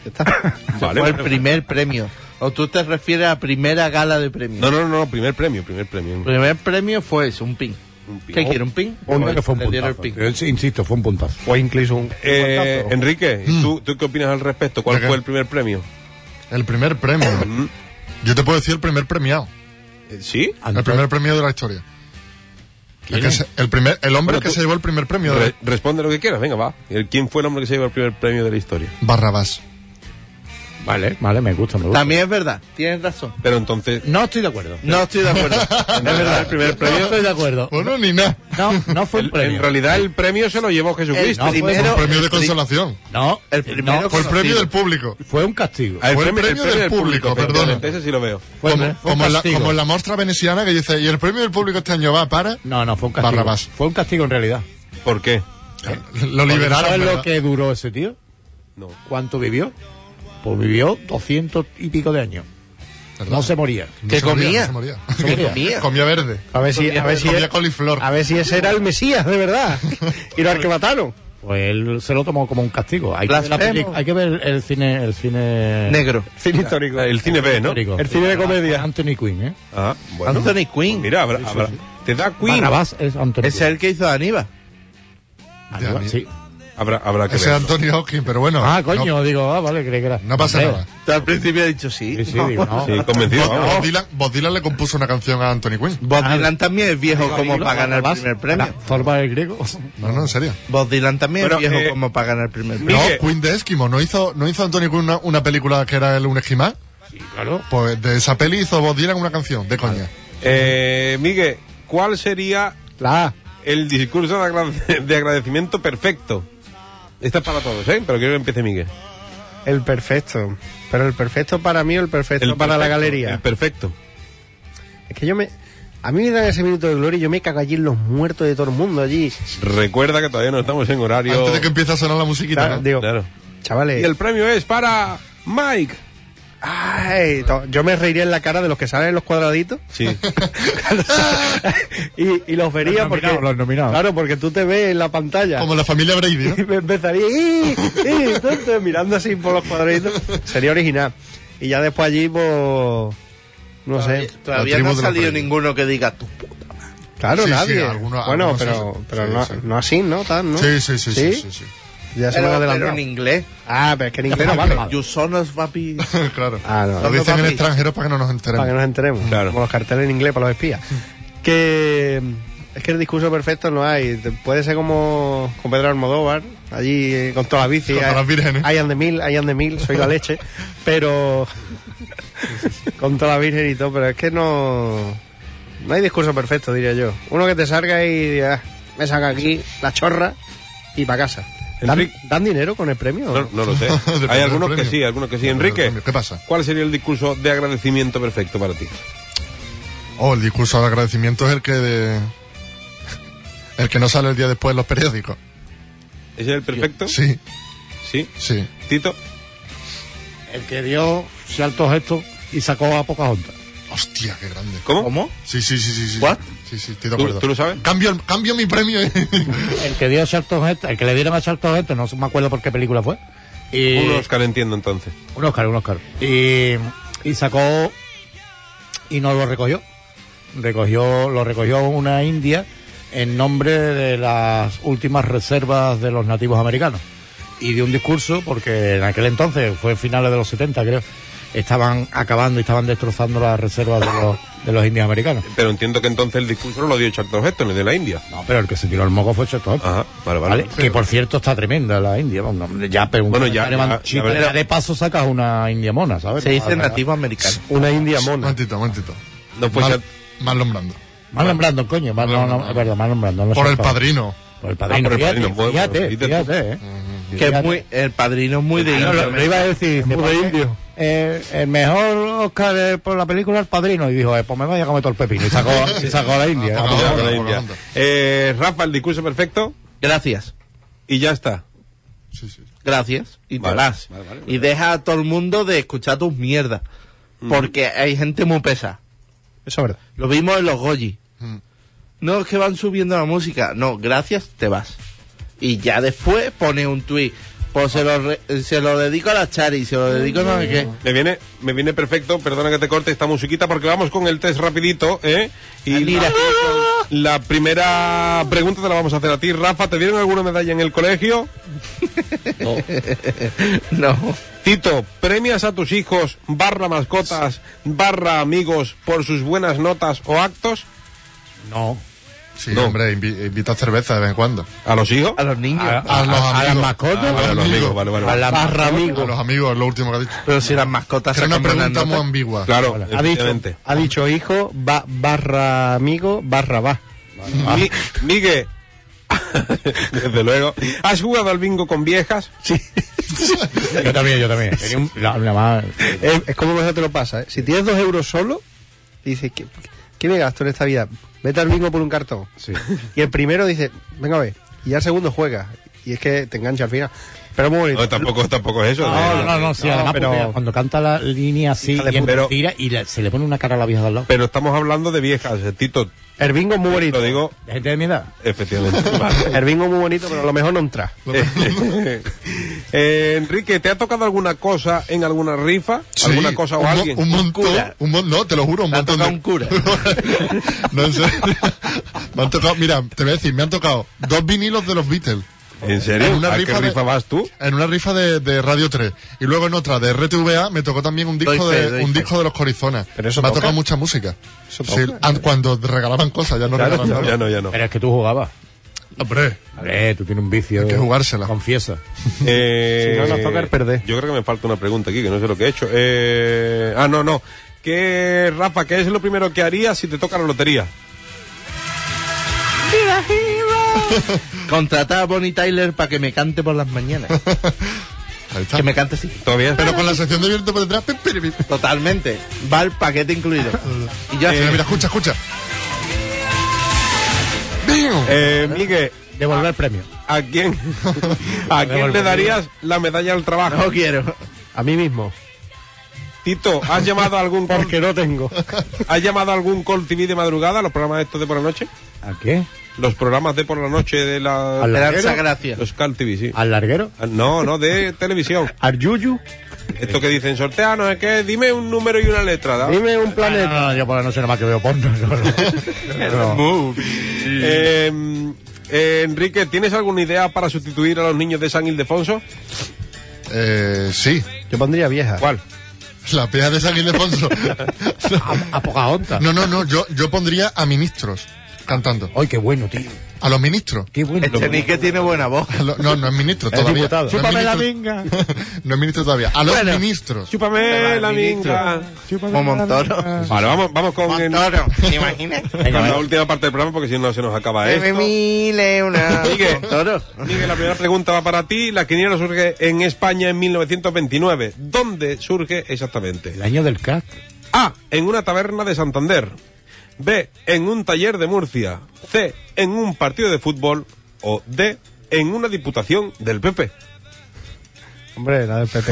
(laughs) Vale.
fue el primer premio. ¿O tú te refieres a primera gala de premios?
No, no, no, primer premio, primer premio.
El primer premio fue eso, un pin.
Mm. Un pin. Oh.
¿Qué quiere un pin?
Yo creo que fue un
Le dieron el
puntazo.
pin.
Yo Insisto, fue un puntazo. Mm.
O incluso un.
Eh, Enrique, ¿y ¿tú, ¿tú qué opinas al respecto? ¿Cuál
¿De qué?
fue el primer premio?
El primer premio. Yo te puedo decir el primer premiado.
Eh, ¿Sí?
El primer premio de la historia. El, que se- el primer, el hombre que se llevó el primer premio de
Re- responde lo que quieras, venga, va. El- ¿Quién fue el hombre que se llevó el primer premio de la historia?
Barrabás.
Vale, vale, me gusta, me gusta.
También es verdad, tienes razón.
Pero entonces.
No estoy de acuerdo.
No estoy de (laughs)
(laughs)
acuerdo. es verdad, el primer
No estoy de acuerdo.
Bueno, ni nada.
No, no fue un
El- en
premio.
realidad el premio se lo llevó Jesucristo.
No,
El primero-
Un premio
el
de
pri-
consolación.
No,
El primero
no,
Fue el premio del público.
fue un castigo.
Ah,
fue el premio del público,
efectivamente,
perdona.
Ese sí lo veo.
Fue,
como,
un- fue un
como en la,
castigo.
como en la muestra veneciana que dice, y el premio del público este año va para...
No, no, fue un castigo.
Barrabás.
Fue un castigo en realidad.
¿Por qué?
(laughs) Lo liberaron.
¿Sabes lo
¿verdad?
que duró ese tío?
No.
¿Cuánto vivió? Pues vivió 200 y pico de años.
¿Verdad?
No se moría.
No
que
se moría,
comía.
no se moría.
Se
(laughs)
moría.
Comía.
Comía verde.
A ver si, a ver si,
Comía coliflor.
a ver si ese era el Mesías,
(laughs)
de verdad. Y lo al que mataron.
Pues él se lo tomó como un castigo. Hay, que ver, la
Blasfemo.
peli- hay que ver el cine. El Eh, cine
negro.
Cine histórico.
El cine B, ¿no?
histórico.
El cine de comedia.
Anthony Quinn, ¿eh?
Ah, bueno.
Anthony Quinn.
Mira, habrá- habrá- te da Queen.
Barrabás es Anthony
Ese es
Quinn.
el que hizo a Aníbal.
Aníbal,
Ya,
sí.
Habrá, habrá que
Ese es
verlo.
Antonio Hawking, pero bueno.
Ah,
no-
coño, digo, ah, vale, creí que era.
No pasa
Hombre.
nada.
Tú al principio he dicho
Sí,
sí.
sí, digo, no.
Sí, convencido.
Bob,
vamos. Ah,
Bob Dylan, Bob Dylan le compuso una canción a Anthony Quinn.
Bob
Ah.
Dylan también es viejo como para ganar el
Barrabás,
primer premio.
para Zorba el griego.
No, no, en serio.
Bob Dylan también
Pero,
es viejo
eh,
como para ganar el primer premio.
No,
Mire.
Queen de Esquimo. ¿No hizo, no hizo Anthony Quinn una, una película que era el un esquimal?
Claro.
Pues de esa peli hizo Bob Dylan una canción, de coña.
Eh, Miguel, ¿cuál sería
La A.
el discurso de, agrade- de agradecimiento perfecto? Esta es para todos, ¿eh? Pero quiero que empiece Miguel.
El perfecto. Pero el perfecto para mí o el perfecto para
perfecto,
la
eh.
galería.
El perfecto.
Es que yo me. A mí me dan ese minuto de gloria y yo me cago allí en los muertos de todo el mundo allí.
Recuerda que todavía no estamos en horario. Ah,
Antes de que empiece a sonar la musiquita,
Claro,
¿no?
digo,
Claro.
chavales.
Y el premio es para Mike.
ay, to- yo me reiría en la cara de los que salen en los cuadraditos
Sí.
(laughs) y, y los vería
Los
porque.
nominados, los nominados.
Claro, porque tú te ves en la pantalla.
Como la familia Brady, ¿no?
(laughs) Y me empezaría "Ih, ih", (laughs) entonces, mirando así por los cuadraditos. Sería original. Y ya después allí, pues. No sé.
La
Todavía no
tribu
ha
de los
salido
premios.
ninguno que diga tú.
Claro,
Sí, sí,
nadie.
algunos-
bueno,
algunos
pero,
sí,
pero
sí,
no,
sí.
no así, ¿no? Tan, ¿no?
Sí, sí, sí, sí, sí,
Ya se me
Pero,
ha
pero
adelantado.
en inglés.
Ah, pero es que en inglés no vale.
Vale.
You son us, papi.
sí. (laughs) claro.
Ah, no.
Lo
Cuando
dicen en
papi-
extranjero para que no nos enteremos.
Para que nos enteremos.
Claro.
Como los carteles en inglés para los espías. que mm, es que el discurso perfecto no hay. Te- Puede ser como con Pedro Almodóvar, allí eh, con todas las bicis.
Con todas las vírgenes.
Hay de mil, hay de mil, soy la leche. pero con todas las virgen y todo, pero es que no. No hay discurso perfecto, diría yo. Uno que te salga y diga, "Ah, me saca aquí la chorra y para casa. ¿Dan,
Enrique.
dan dinero con el premio? o
No,
no?
no
(laughs)
lo sé.
Depende
Hay
del
algunos que
premio.
sí, algunos que sí.
Depende del
Enrique,
premio. ¿Qué pasa?
¿Cuál sería el discurso de agradecimiento perfecto para ti?
Oh, el discurso de agradecimiento es el que de... El que no sale el día después en los periódicos.
¿Ese es el perfecto?
Sí,
Sí.
sí.
Tito,
El que dio altos gestos y sacó a pocas ondas.
Hostia, qué grande.
¿cómo?
¿Cómo?
Sí, sí, sí, sí. sí.
¿What?
Sí, sí, estoy de
¿Tú-
acuerdo.
tú lo sabes?
Cambio, el- cambio mi premio. y-
(laughs) El que dio altos gestos, el que le dieron a altos gestos, no me acuerdo por qué película fue. Y,
Un Oscar entiendo entonces.
Un Oscar, un Oscar. Y, y sacó y no lo recogió. Recogió, lo recogió una india en nombre de las últimas reservas de los nativos americanos. Y dio un discurso porque en aquel entonces, fue finales de los 70 creo, estaban acabando y estaban destrozando las reservas de los, de los indios americanos.
Pero entiendo que entonces el discurso no lo dio Charlton Heston, el de la India.
No, pero el que se tiró el moco fue Cheto.
Ajá, vale, vale.
¿Vale? Que por cierto está tremenda la India. vamos, no, ya, pero un
Bueno, ya,
comentario
ya,
man-
ya
chico,
veremos.
ya de paso sacas una india mona, ¿sabes?
Se dice
Ah,
nativo americano.
Una india mona.
momentito, momentito.
No, pues
Mal-
ya-
Marlon Brando.
Marlon Brando, coño. Marlon, no, es verdad, Marlon Brando. no
Por
sé
el
cuál.
padrino.
Por el padrino.
Ah, por el
fíjate,
padrino, bueno,
fíjate,
dices tú.
fíjate, eh.
Que es muy, el padrino es muy de indio.
No, lo, lo iba a decir.
muy
dice,
de
"Pues,
indio".
eh, el mejor Oscar eh, por la película El Padrino. Y dijo, eh, pues me voy a comer todo el pepino. Y sacó, y sacó a la India.
ya,
Ah, no,
con pues, la
no,
India.
no, no.
Eh, Rafa, el discurso perfecto
Gracias.
y ya está.
Sí, sí.
Gracias. Y te
Vale,
vas.
vale, vale,
Y deja a todo el mundo de escuchar tus mierdas.
Mm.
Porque hay gente muy pesa.
Eso es verdad.
Lo vimos en los Goyi.
Mm.
No es que van subiendo la música. No, gracias, te vas. Y ya después pone un tuit. Pues se lo, re- eh, se lo dedico a la Chari, se lo dedico a no sé qué.
Me viene, me viene perfecto, perdona que te corte esta musiquita porque vamos con el test rapidito, ¿eh? Y
Ah, Mira,
la, la primera pregunta te la vamos a hacer a ti, Rafa. ¿Te dieron alguna medalla en el colegio?
(laughs) no.
Tito, ¿premias a tus hijos, barra mascotas, barra amigos por sus buenas notas o actos?
No.
Sí, hombre, invi- invita cerveza de vez en cuando.
¿A los hijos?
A los niños.
A, los
a- a
amigos.
las mascotas.
A,
A
los
los
amigos,
vale, vale,
A,
vale.
las
Barra
amigos.
amigos.
A los amigos, es lo último que ha dicho.
Pero si las mascotas
Creo una
sacan buenas
pregunta muy
notas.
ambigua.
Claro,
Ha dicho,
efectivamente.
ha dicho hijo ba- barra amigo barra va.
Mi- Migue. (laughs) Desde luego. ¿Has jugado al bingo con viejas?
Yo también, yo también. Tenía un- la- la más-
Es, es como mejor te lo pasa. ¿eh? Si tienes dos euros solo, dices, ¿qué, qué me gasto en esta vida? Vete al bingo por un cartón. Y el primero dice, venga a ver. Y ya el segundo juega. Y es que te engancha al final. Pero muy bonito.
No, tampoco, tampoco es eso.
Ah, No, no, no, sí,
No,
además
pero-
porque cuando canta la línea así
Hija de
y es
puta. Pero-
mentira y le- se le pone una cara a la vieja de al lado.
Pero estamos hablando de viejas, eh, Tito.
El bingo es muy bonito.
Lo digo
¿La gente de mi edad?
efectivamente.
El bingo es muy bonito, pero a lo mejor no entra.
Eh, (laughs) eh, Enrique, ¿te ha tocado alguna cosa en alguna rifa?
Sí,
¿Alguna cosa o
un, mo-
alguien?
Un montón.
cura.
Un mon- no, te lo juro, un
Me ha
montón. de-
tocado un cura.
(laughs) no, en serio. Me han tocado, mira, te voy a decir, me han tocado dos vinilos de los Beatles.
¿En serio?
En una
¿A qué
rifa de-
rifa vas tú?
En una rifa de, de Radio 3 y luego en otra de RTVA me tocó también un disco,
Doy fe,
de,
doy
un
fe.
disco de los Corizonas.
Pero eso
me ha
toca.
tocado mucha música.
Eso
Sí,
toca.
an- cuando regalaban cosas, ya no
Claro,
regalan
no,
nada.
ya no, ya no.
Pero es que tú jugabas.
Hombre,
A ver, tú tienes un vicio.
Hay que jugársela.
Confiesa.
Eh,
Si no nos toca el perder.
Yo creo que me falta una pregunta aquí, que no sé lo que he hecho. Eh, ah, no, no. ¿Qué, Rafa, qué es lo primero que harías si te toca la lotería?
Contratar a Bonnie Tyler para que me cante por las
(laughs)
mañanas.
ahí está.
que me cante así.
Todavía.
Pero con la sección de pues, viento por detrás. pi, pi, pi.
Totalmente. Va el paquete incluido. Y ya
Eh, Mira, mira, escucha, escucha. ¡Bing!
Eh, Miguel,
Devolver el premio.
¿a
(laughs)
quién, ¿a quién le darías la medalla al trabajo?
no quiero.
A mí mismo.
Tito, ¿has llamado a algún call,
Porque no tengo.
¿has llamado a algún call TV de madrugada, los programas estos de por la noche?
¿A qué?
Los programas de por la noche de la...
Al
Esperanza
larguero.
Gracia.
Los call TV, sí.
¿Al larguero?
Ah, No, no, de televisión.
¿Al yuyu?
Esto que dicen, sortea, no es que dime un número y una letra. ¿da?
Dime un
Ah,
(laughs)
No,
planeta.
no, yo por la noche nada más que veo porno. no, no. No.
Eh, eh, Enrique, ¿tienes alguna idea para sustituir a los niños de San Ildefonso?
Eh, sí,
Yo pondría vieja.
¿Cuál?
la pea de San Ildefonso.
(laughs) A, a Pocahontas.
no, no, no, yo, yo pondría a ministros cantando.
Ay, qué bueno, tío.
A los ministros.
Qué bueno.
Este
Lo-
Nick tiene buena voz.
A lo- no, no es ministro todavía. No es
Chúpame la
ministro-
minga.
no es ministro todavía. A los
Bueno.
ministros.
Chúpame la minga.
Como Montoro.
Vale, vamos, vamos con, el-
Montoro,
(laughs)
¿te imaginas?
con
eh.
la última parte del programa porque si no se nos acaba
Que me
esto. (laughs)
mile una.
Sigue.
(laughs)
Montoro.
Miguel, la primera pregunta va para ti. La quiniela surge en España en 1929. ¿Dónde surge exactamente?
El año del CAC.
A. En una taberna de Santander. B. En un taller de Murcia. C. En un partido de fútbol. O D. En una diputación del PP.
Hombre, la del PP,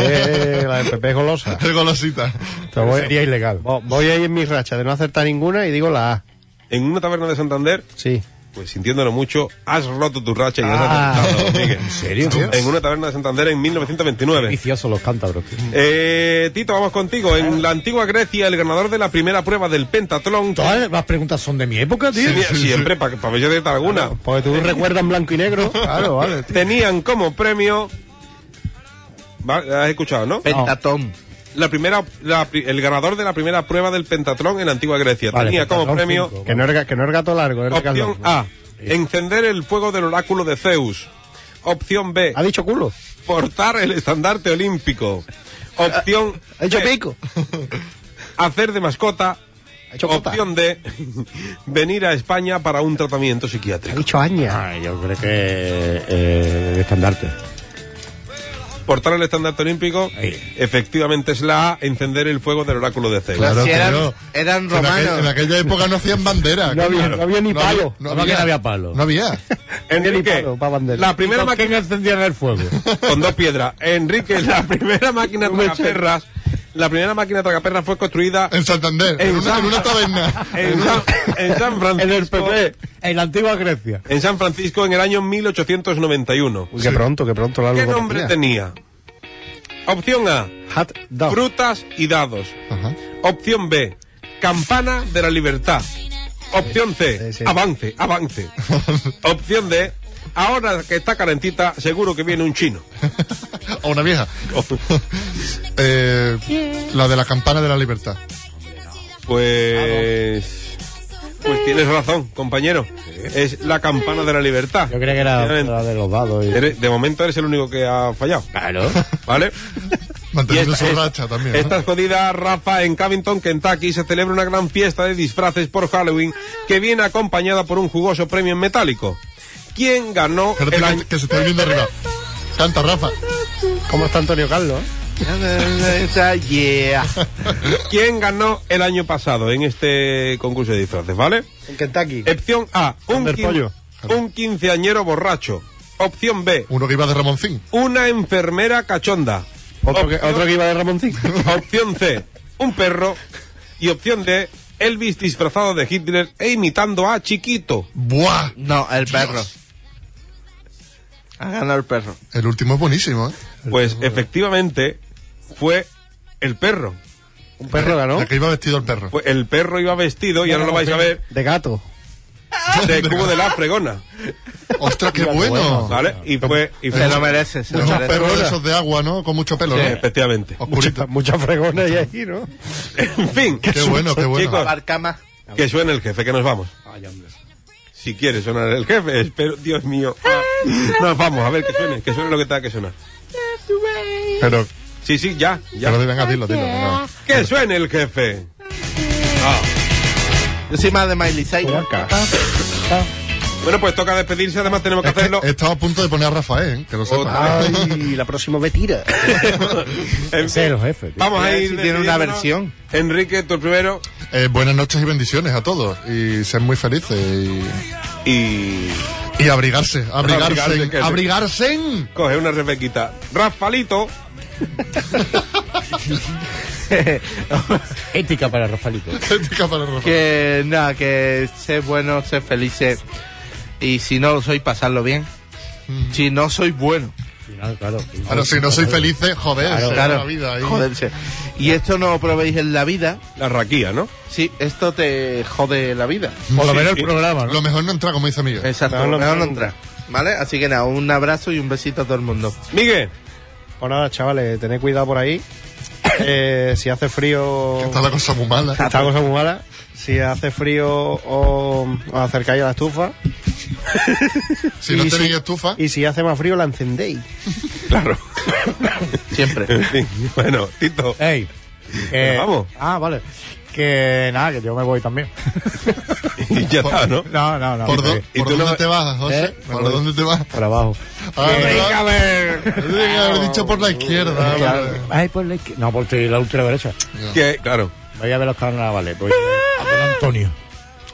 la del PP es golosa.
El golosita.
Te voy-
Sería ilegal.
Vo- Voy ahí en mi racha de no acertar ninguna y digo la A.
En una taberna de Santander.
Sí.
Pues sintiéndolo mucho, has roto tu racha y has
Ah.
(laughs)
acertado, Miguel.
¿En serio?
En una taberna de Santander en 1929.
Viciosos los cántabros. tío.
Eh, Tito, vamos contigo. En la antigua Grecia, el ganador de la primera prueba del pentatlón.
Todas las preguntas son de mi época, tío.
Tenía- siempre, para pa ver yo de alguna.
Porque tú recuerdas en blanco y negro. (laughs) Claro, vale.
Tenían como premio. Vale, ¿Has escuchado, no?
Pentatón.
La primera, la pri- el ganador de la primera prueba del pentatlón en la antigua Grecia.
Vale,
Tenía como
pentatlón
premio
cinco.
Que no, es, ga- que no es gato largo, es gato
opción
largo.
A, encender el fuego del oráculo de Zeus. Opción B,
¿Ha dicho culo?
portar el estandarte olímpico. Opción
(laughs) ¿Ha dicho
C,
pico?
(laughs) hacer de mascota.
¿Ha dicho cota?
Opción D, (laughs) venir a España para un tratamiento
¿Ha
psiquiátrico.
dicho aña?
Ay, yo creo que eh, el estandarte.
Portar el estandarte olímpico,
Ahí.
efectivamente es la A, encender el fuego del oráculo de Zeus.
Claro,
Si eran-
tío.
eran
En aquel-
romanos.
En aquella época no
(laughs)
hacían bandera.
No había, no había ni
No
palo.
No
¿Cómo que
había-
no había palo?
No había. (laughs)
(laughs) Enrique,
palo, pa' bandera.
la primera
¿Con quién
máquina
encendían el
(laughs)
fuego?
con dos piedras. Enrique, la primera máquina tragaperras, la primera máquina tragaperras fue construida
En Santander. En,
En
una, en una taberna.
(laughs) en San, en
(laughs)
San Francisco.
en el PP. En la antigua Grecia.
en San Francisco en el año 1891.
Uy, qué pronto, qué pronto largo.
¿Qué nombre tenía? Opción A,
Hat down.
frutas y dados.
Ajá.
Opción B, campana de la libertad. Opción C,
Sí, sí.
avance,
(laughs)
avance. Opción D, ahora que está calentita, seguro que viene un chino.
o
(laughs)
una vieja. Eh, la de la campana de la libertad.
Pues... Pues tienes razón, compañero. Es la campana de la libertad. Yo
creía que era la de los dados. y-
de momento eres el único que ha fallado.
Claro.
(laughs)
¿Vale?
Manteniendo
Y
su racha también, ¿no?
Esta jodida Rafa en Covington, Kentucky, se celebra una gran fiesta de disfraces por Halloween que viene acompañada por un jugoso premio en metálico. ¿Quién ganó el año?
Que se está viniendo arriba. Canta, Rafa.
¿Cómo está Antonio Carlos?
yeah.
(laughs) ¿Quién ganó el año pasado en este concurso de disfraces, vale?
En Kentucky.
Opción A, un,
Del
quin-
pollo.
un quinceañero borracho. Opción B,
Uno que iba de Ramoncín.
una enfermera cachonda.
Otro que, otro que iba de Ramoncín.
(laughs) Opción C, un perro. Y opción D, Elvis disfrazado de Hitler e imitando a Chiquito.
¡Buah!
No, el perro. Ha ganado el perro.
El último es buenísimo, ¿eh?
Pues efectivamente fue el perro.
Un perro ganó.
El que iba vestido el perro.
Fue- el perro iba vestido, y ahora lo vais a ver,
De gato.
(laughs)
de cubo de la fregona.
¡Ostras, qué bueno!
¿Vale? Y fue... Y fue
Se lo merece, se lo
Muchos
merece.
perros de esos de agua, ¿no? Con mucho pelo,
Sí,
¿no?
efectivamente.
Oscurito.
Muchas fregones ahí, ¿no?
En fin.
Qué bueno, qué bueno.
Chicos,
Abarca más.
Que suene el jefe, que nos vamos. Si quiere sonar el jefe, (laughs) espero, Dios mío. Ah.
(laughs)
Nos vamos, a ver que suene, que suene lo que tenga que sonar.
Pero,
Sí, sí, ya,
pero
ya.
venga, dilo, dilo.
네.
venga.
Que suene el jefe. Ah.
Yo soy más de Miley Cyrus.
Bueno, pues toca despedirse, además tenemos que
Es
(laughs)
que
hacerlo.
he estado a punto de poner a Rafael, ¿eh? que lo sepa. (laughs)
Ay, la próxima me tira.
En fin,
Ese es el jefe. tío.
vamos a ir.
Si tiene una
despidiéndonos.
versión.
Enrique, tú el primero.
Eh, buenas noches y bendiciones a todos. Y ser muy felices. Y,
Y.
y abrigarse.
Abrigarse,
Abrigarse.
que sí.
Abrigarse.
Coge una refequita. Rafalito.
Ética para Rafaelito.
(laughs) Ética para Rafael.
Que nada, que sé bueno, sé felices. Y si no lo soy, pasarlo bien. Si no soy bueno,
Final, claro.
Mm. Claro, si no soy feliz, joder,
Claro,
se va
claro,
la vida ahí.
joderse. Y esto no lo probéis en la vida,
La raquía, ¿no?
sí, esto te jode la vida.
Por lo menos
sí.
el programa, ¿no?
Lo mejor no entrar, como dice Miguel.
Exacto,
No, no,
mejor no
no.
entrar. ¿Vale? Así que nada, un abrazo y un besito a todo el mundo.
Miguel.
Pues nada, chavales, tened cuidado por ahí. Eh, si hace frío.
Está la cosa muy mala.
Está la cosa muy mala. Si hace frío, os, os acercáis a la estufa.
Si
(laughs)
no
Y
tenéis
si-
estufa,
Y si hace más frío, la encendéis.
Claro. (laughs)
Siempre.
En fin, bueno, Tito.
Ey.
eh,
que-
Nos vamos.
Ah, vale. Que nada, que yo me voy también.
Y ya está, ¿no?
No, no, no.
¿por, do-
que-
y
por
tú no
dónde
me-
te vas, José?
¿Eh? Me
¿Por
voy.
dónde te vas?
Para abajo. Eh,
Ah,
venga, a ver.
Debería haber dicho por la izquierda. vale.
Ay, por la izquier- No, por la ultraderecha.
Que, claro.
Voy a ver los carnavales. pues. Voy a ver a don Antonio.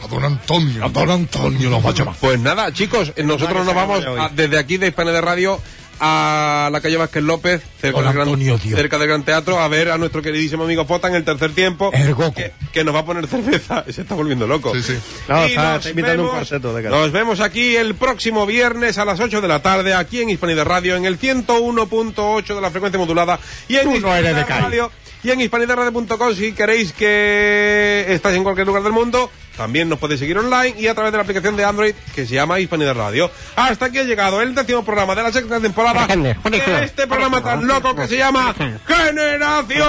A don Antonio. A don Antonio lo va a llamar.
Pues nada, chicos, eh, nosotros nos vamos a- desde aquí de Hispania de Radio a la calle Vázquez López, cerca,
Hola,
del gran,
Antonio, tío.
cerca del Gran Teatro, a ver a nuestro queridísimo amigo Fota en el tercer tiempo,
El Goku.
que, que nos va a poner cerveza. (laughs) Se está volviendo loco.
Sí, sí.
No,
Y
está,
nos
está invitando un
vemos-
cuarteto de cara.
Nos vemos aquí el próximo viernes a las 8 de la tarde, aquí en Hispanidad Radio, en el 101.8 de la frecuencia modulada y en
Tú no
Hispanidad
eres de Cádiz.
Radio. Y en hispanidadradio.com si queréis que estáis en cualquier lugar del mundo, también nos podéis seguir online y a través de la aplicación de Android que se llama Hispanidad Radio. Hasta aquí ha llegado el décimo programa de la sexta temporada de este programa tan loco que se llama Generación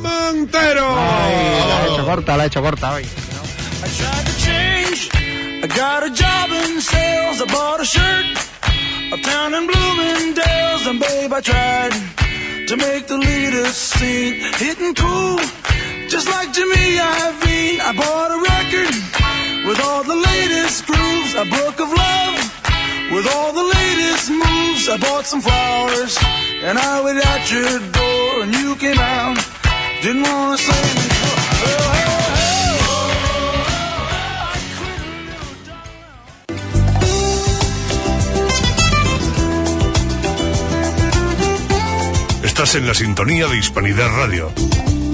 Montero.
La he hecho corta, la he hecho corta hoy.
I tried to change. I got a job in sales. I bought a shirt. Uptown in Bloomingdale's. And babe, I tried to make the leaders sing. Hitting cool. Just like Jimmy Iovine. I bought a record with all the latest grooves. A book of love with all the latest moves. I bought some flowers. And I went at your door. And you came out. Didn't want to say Oh, me. Well, hey, hey.
Estás en la sintonía de Hispanidad Radio.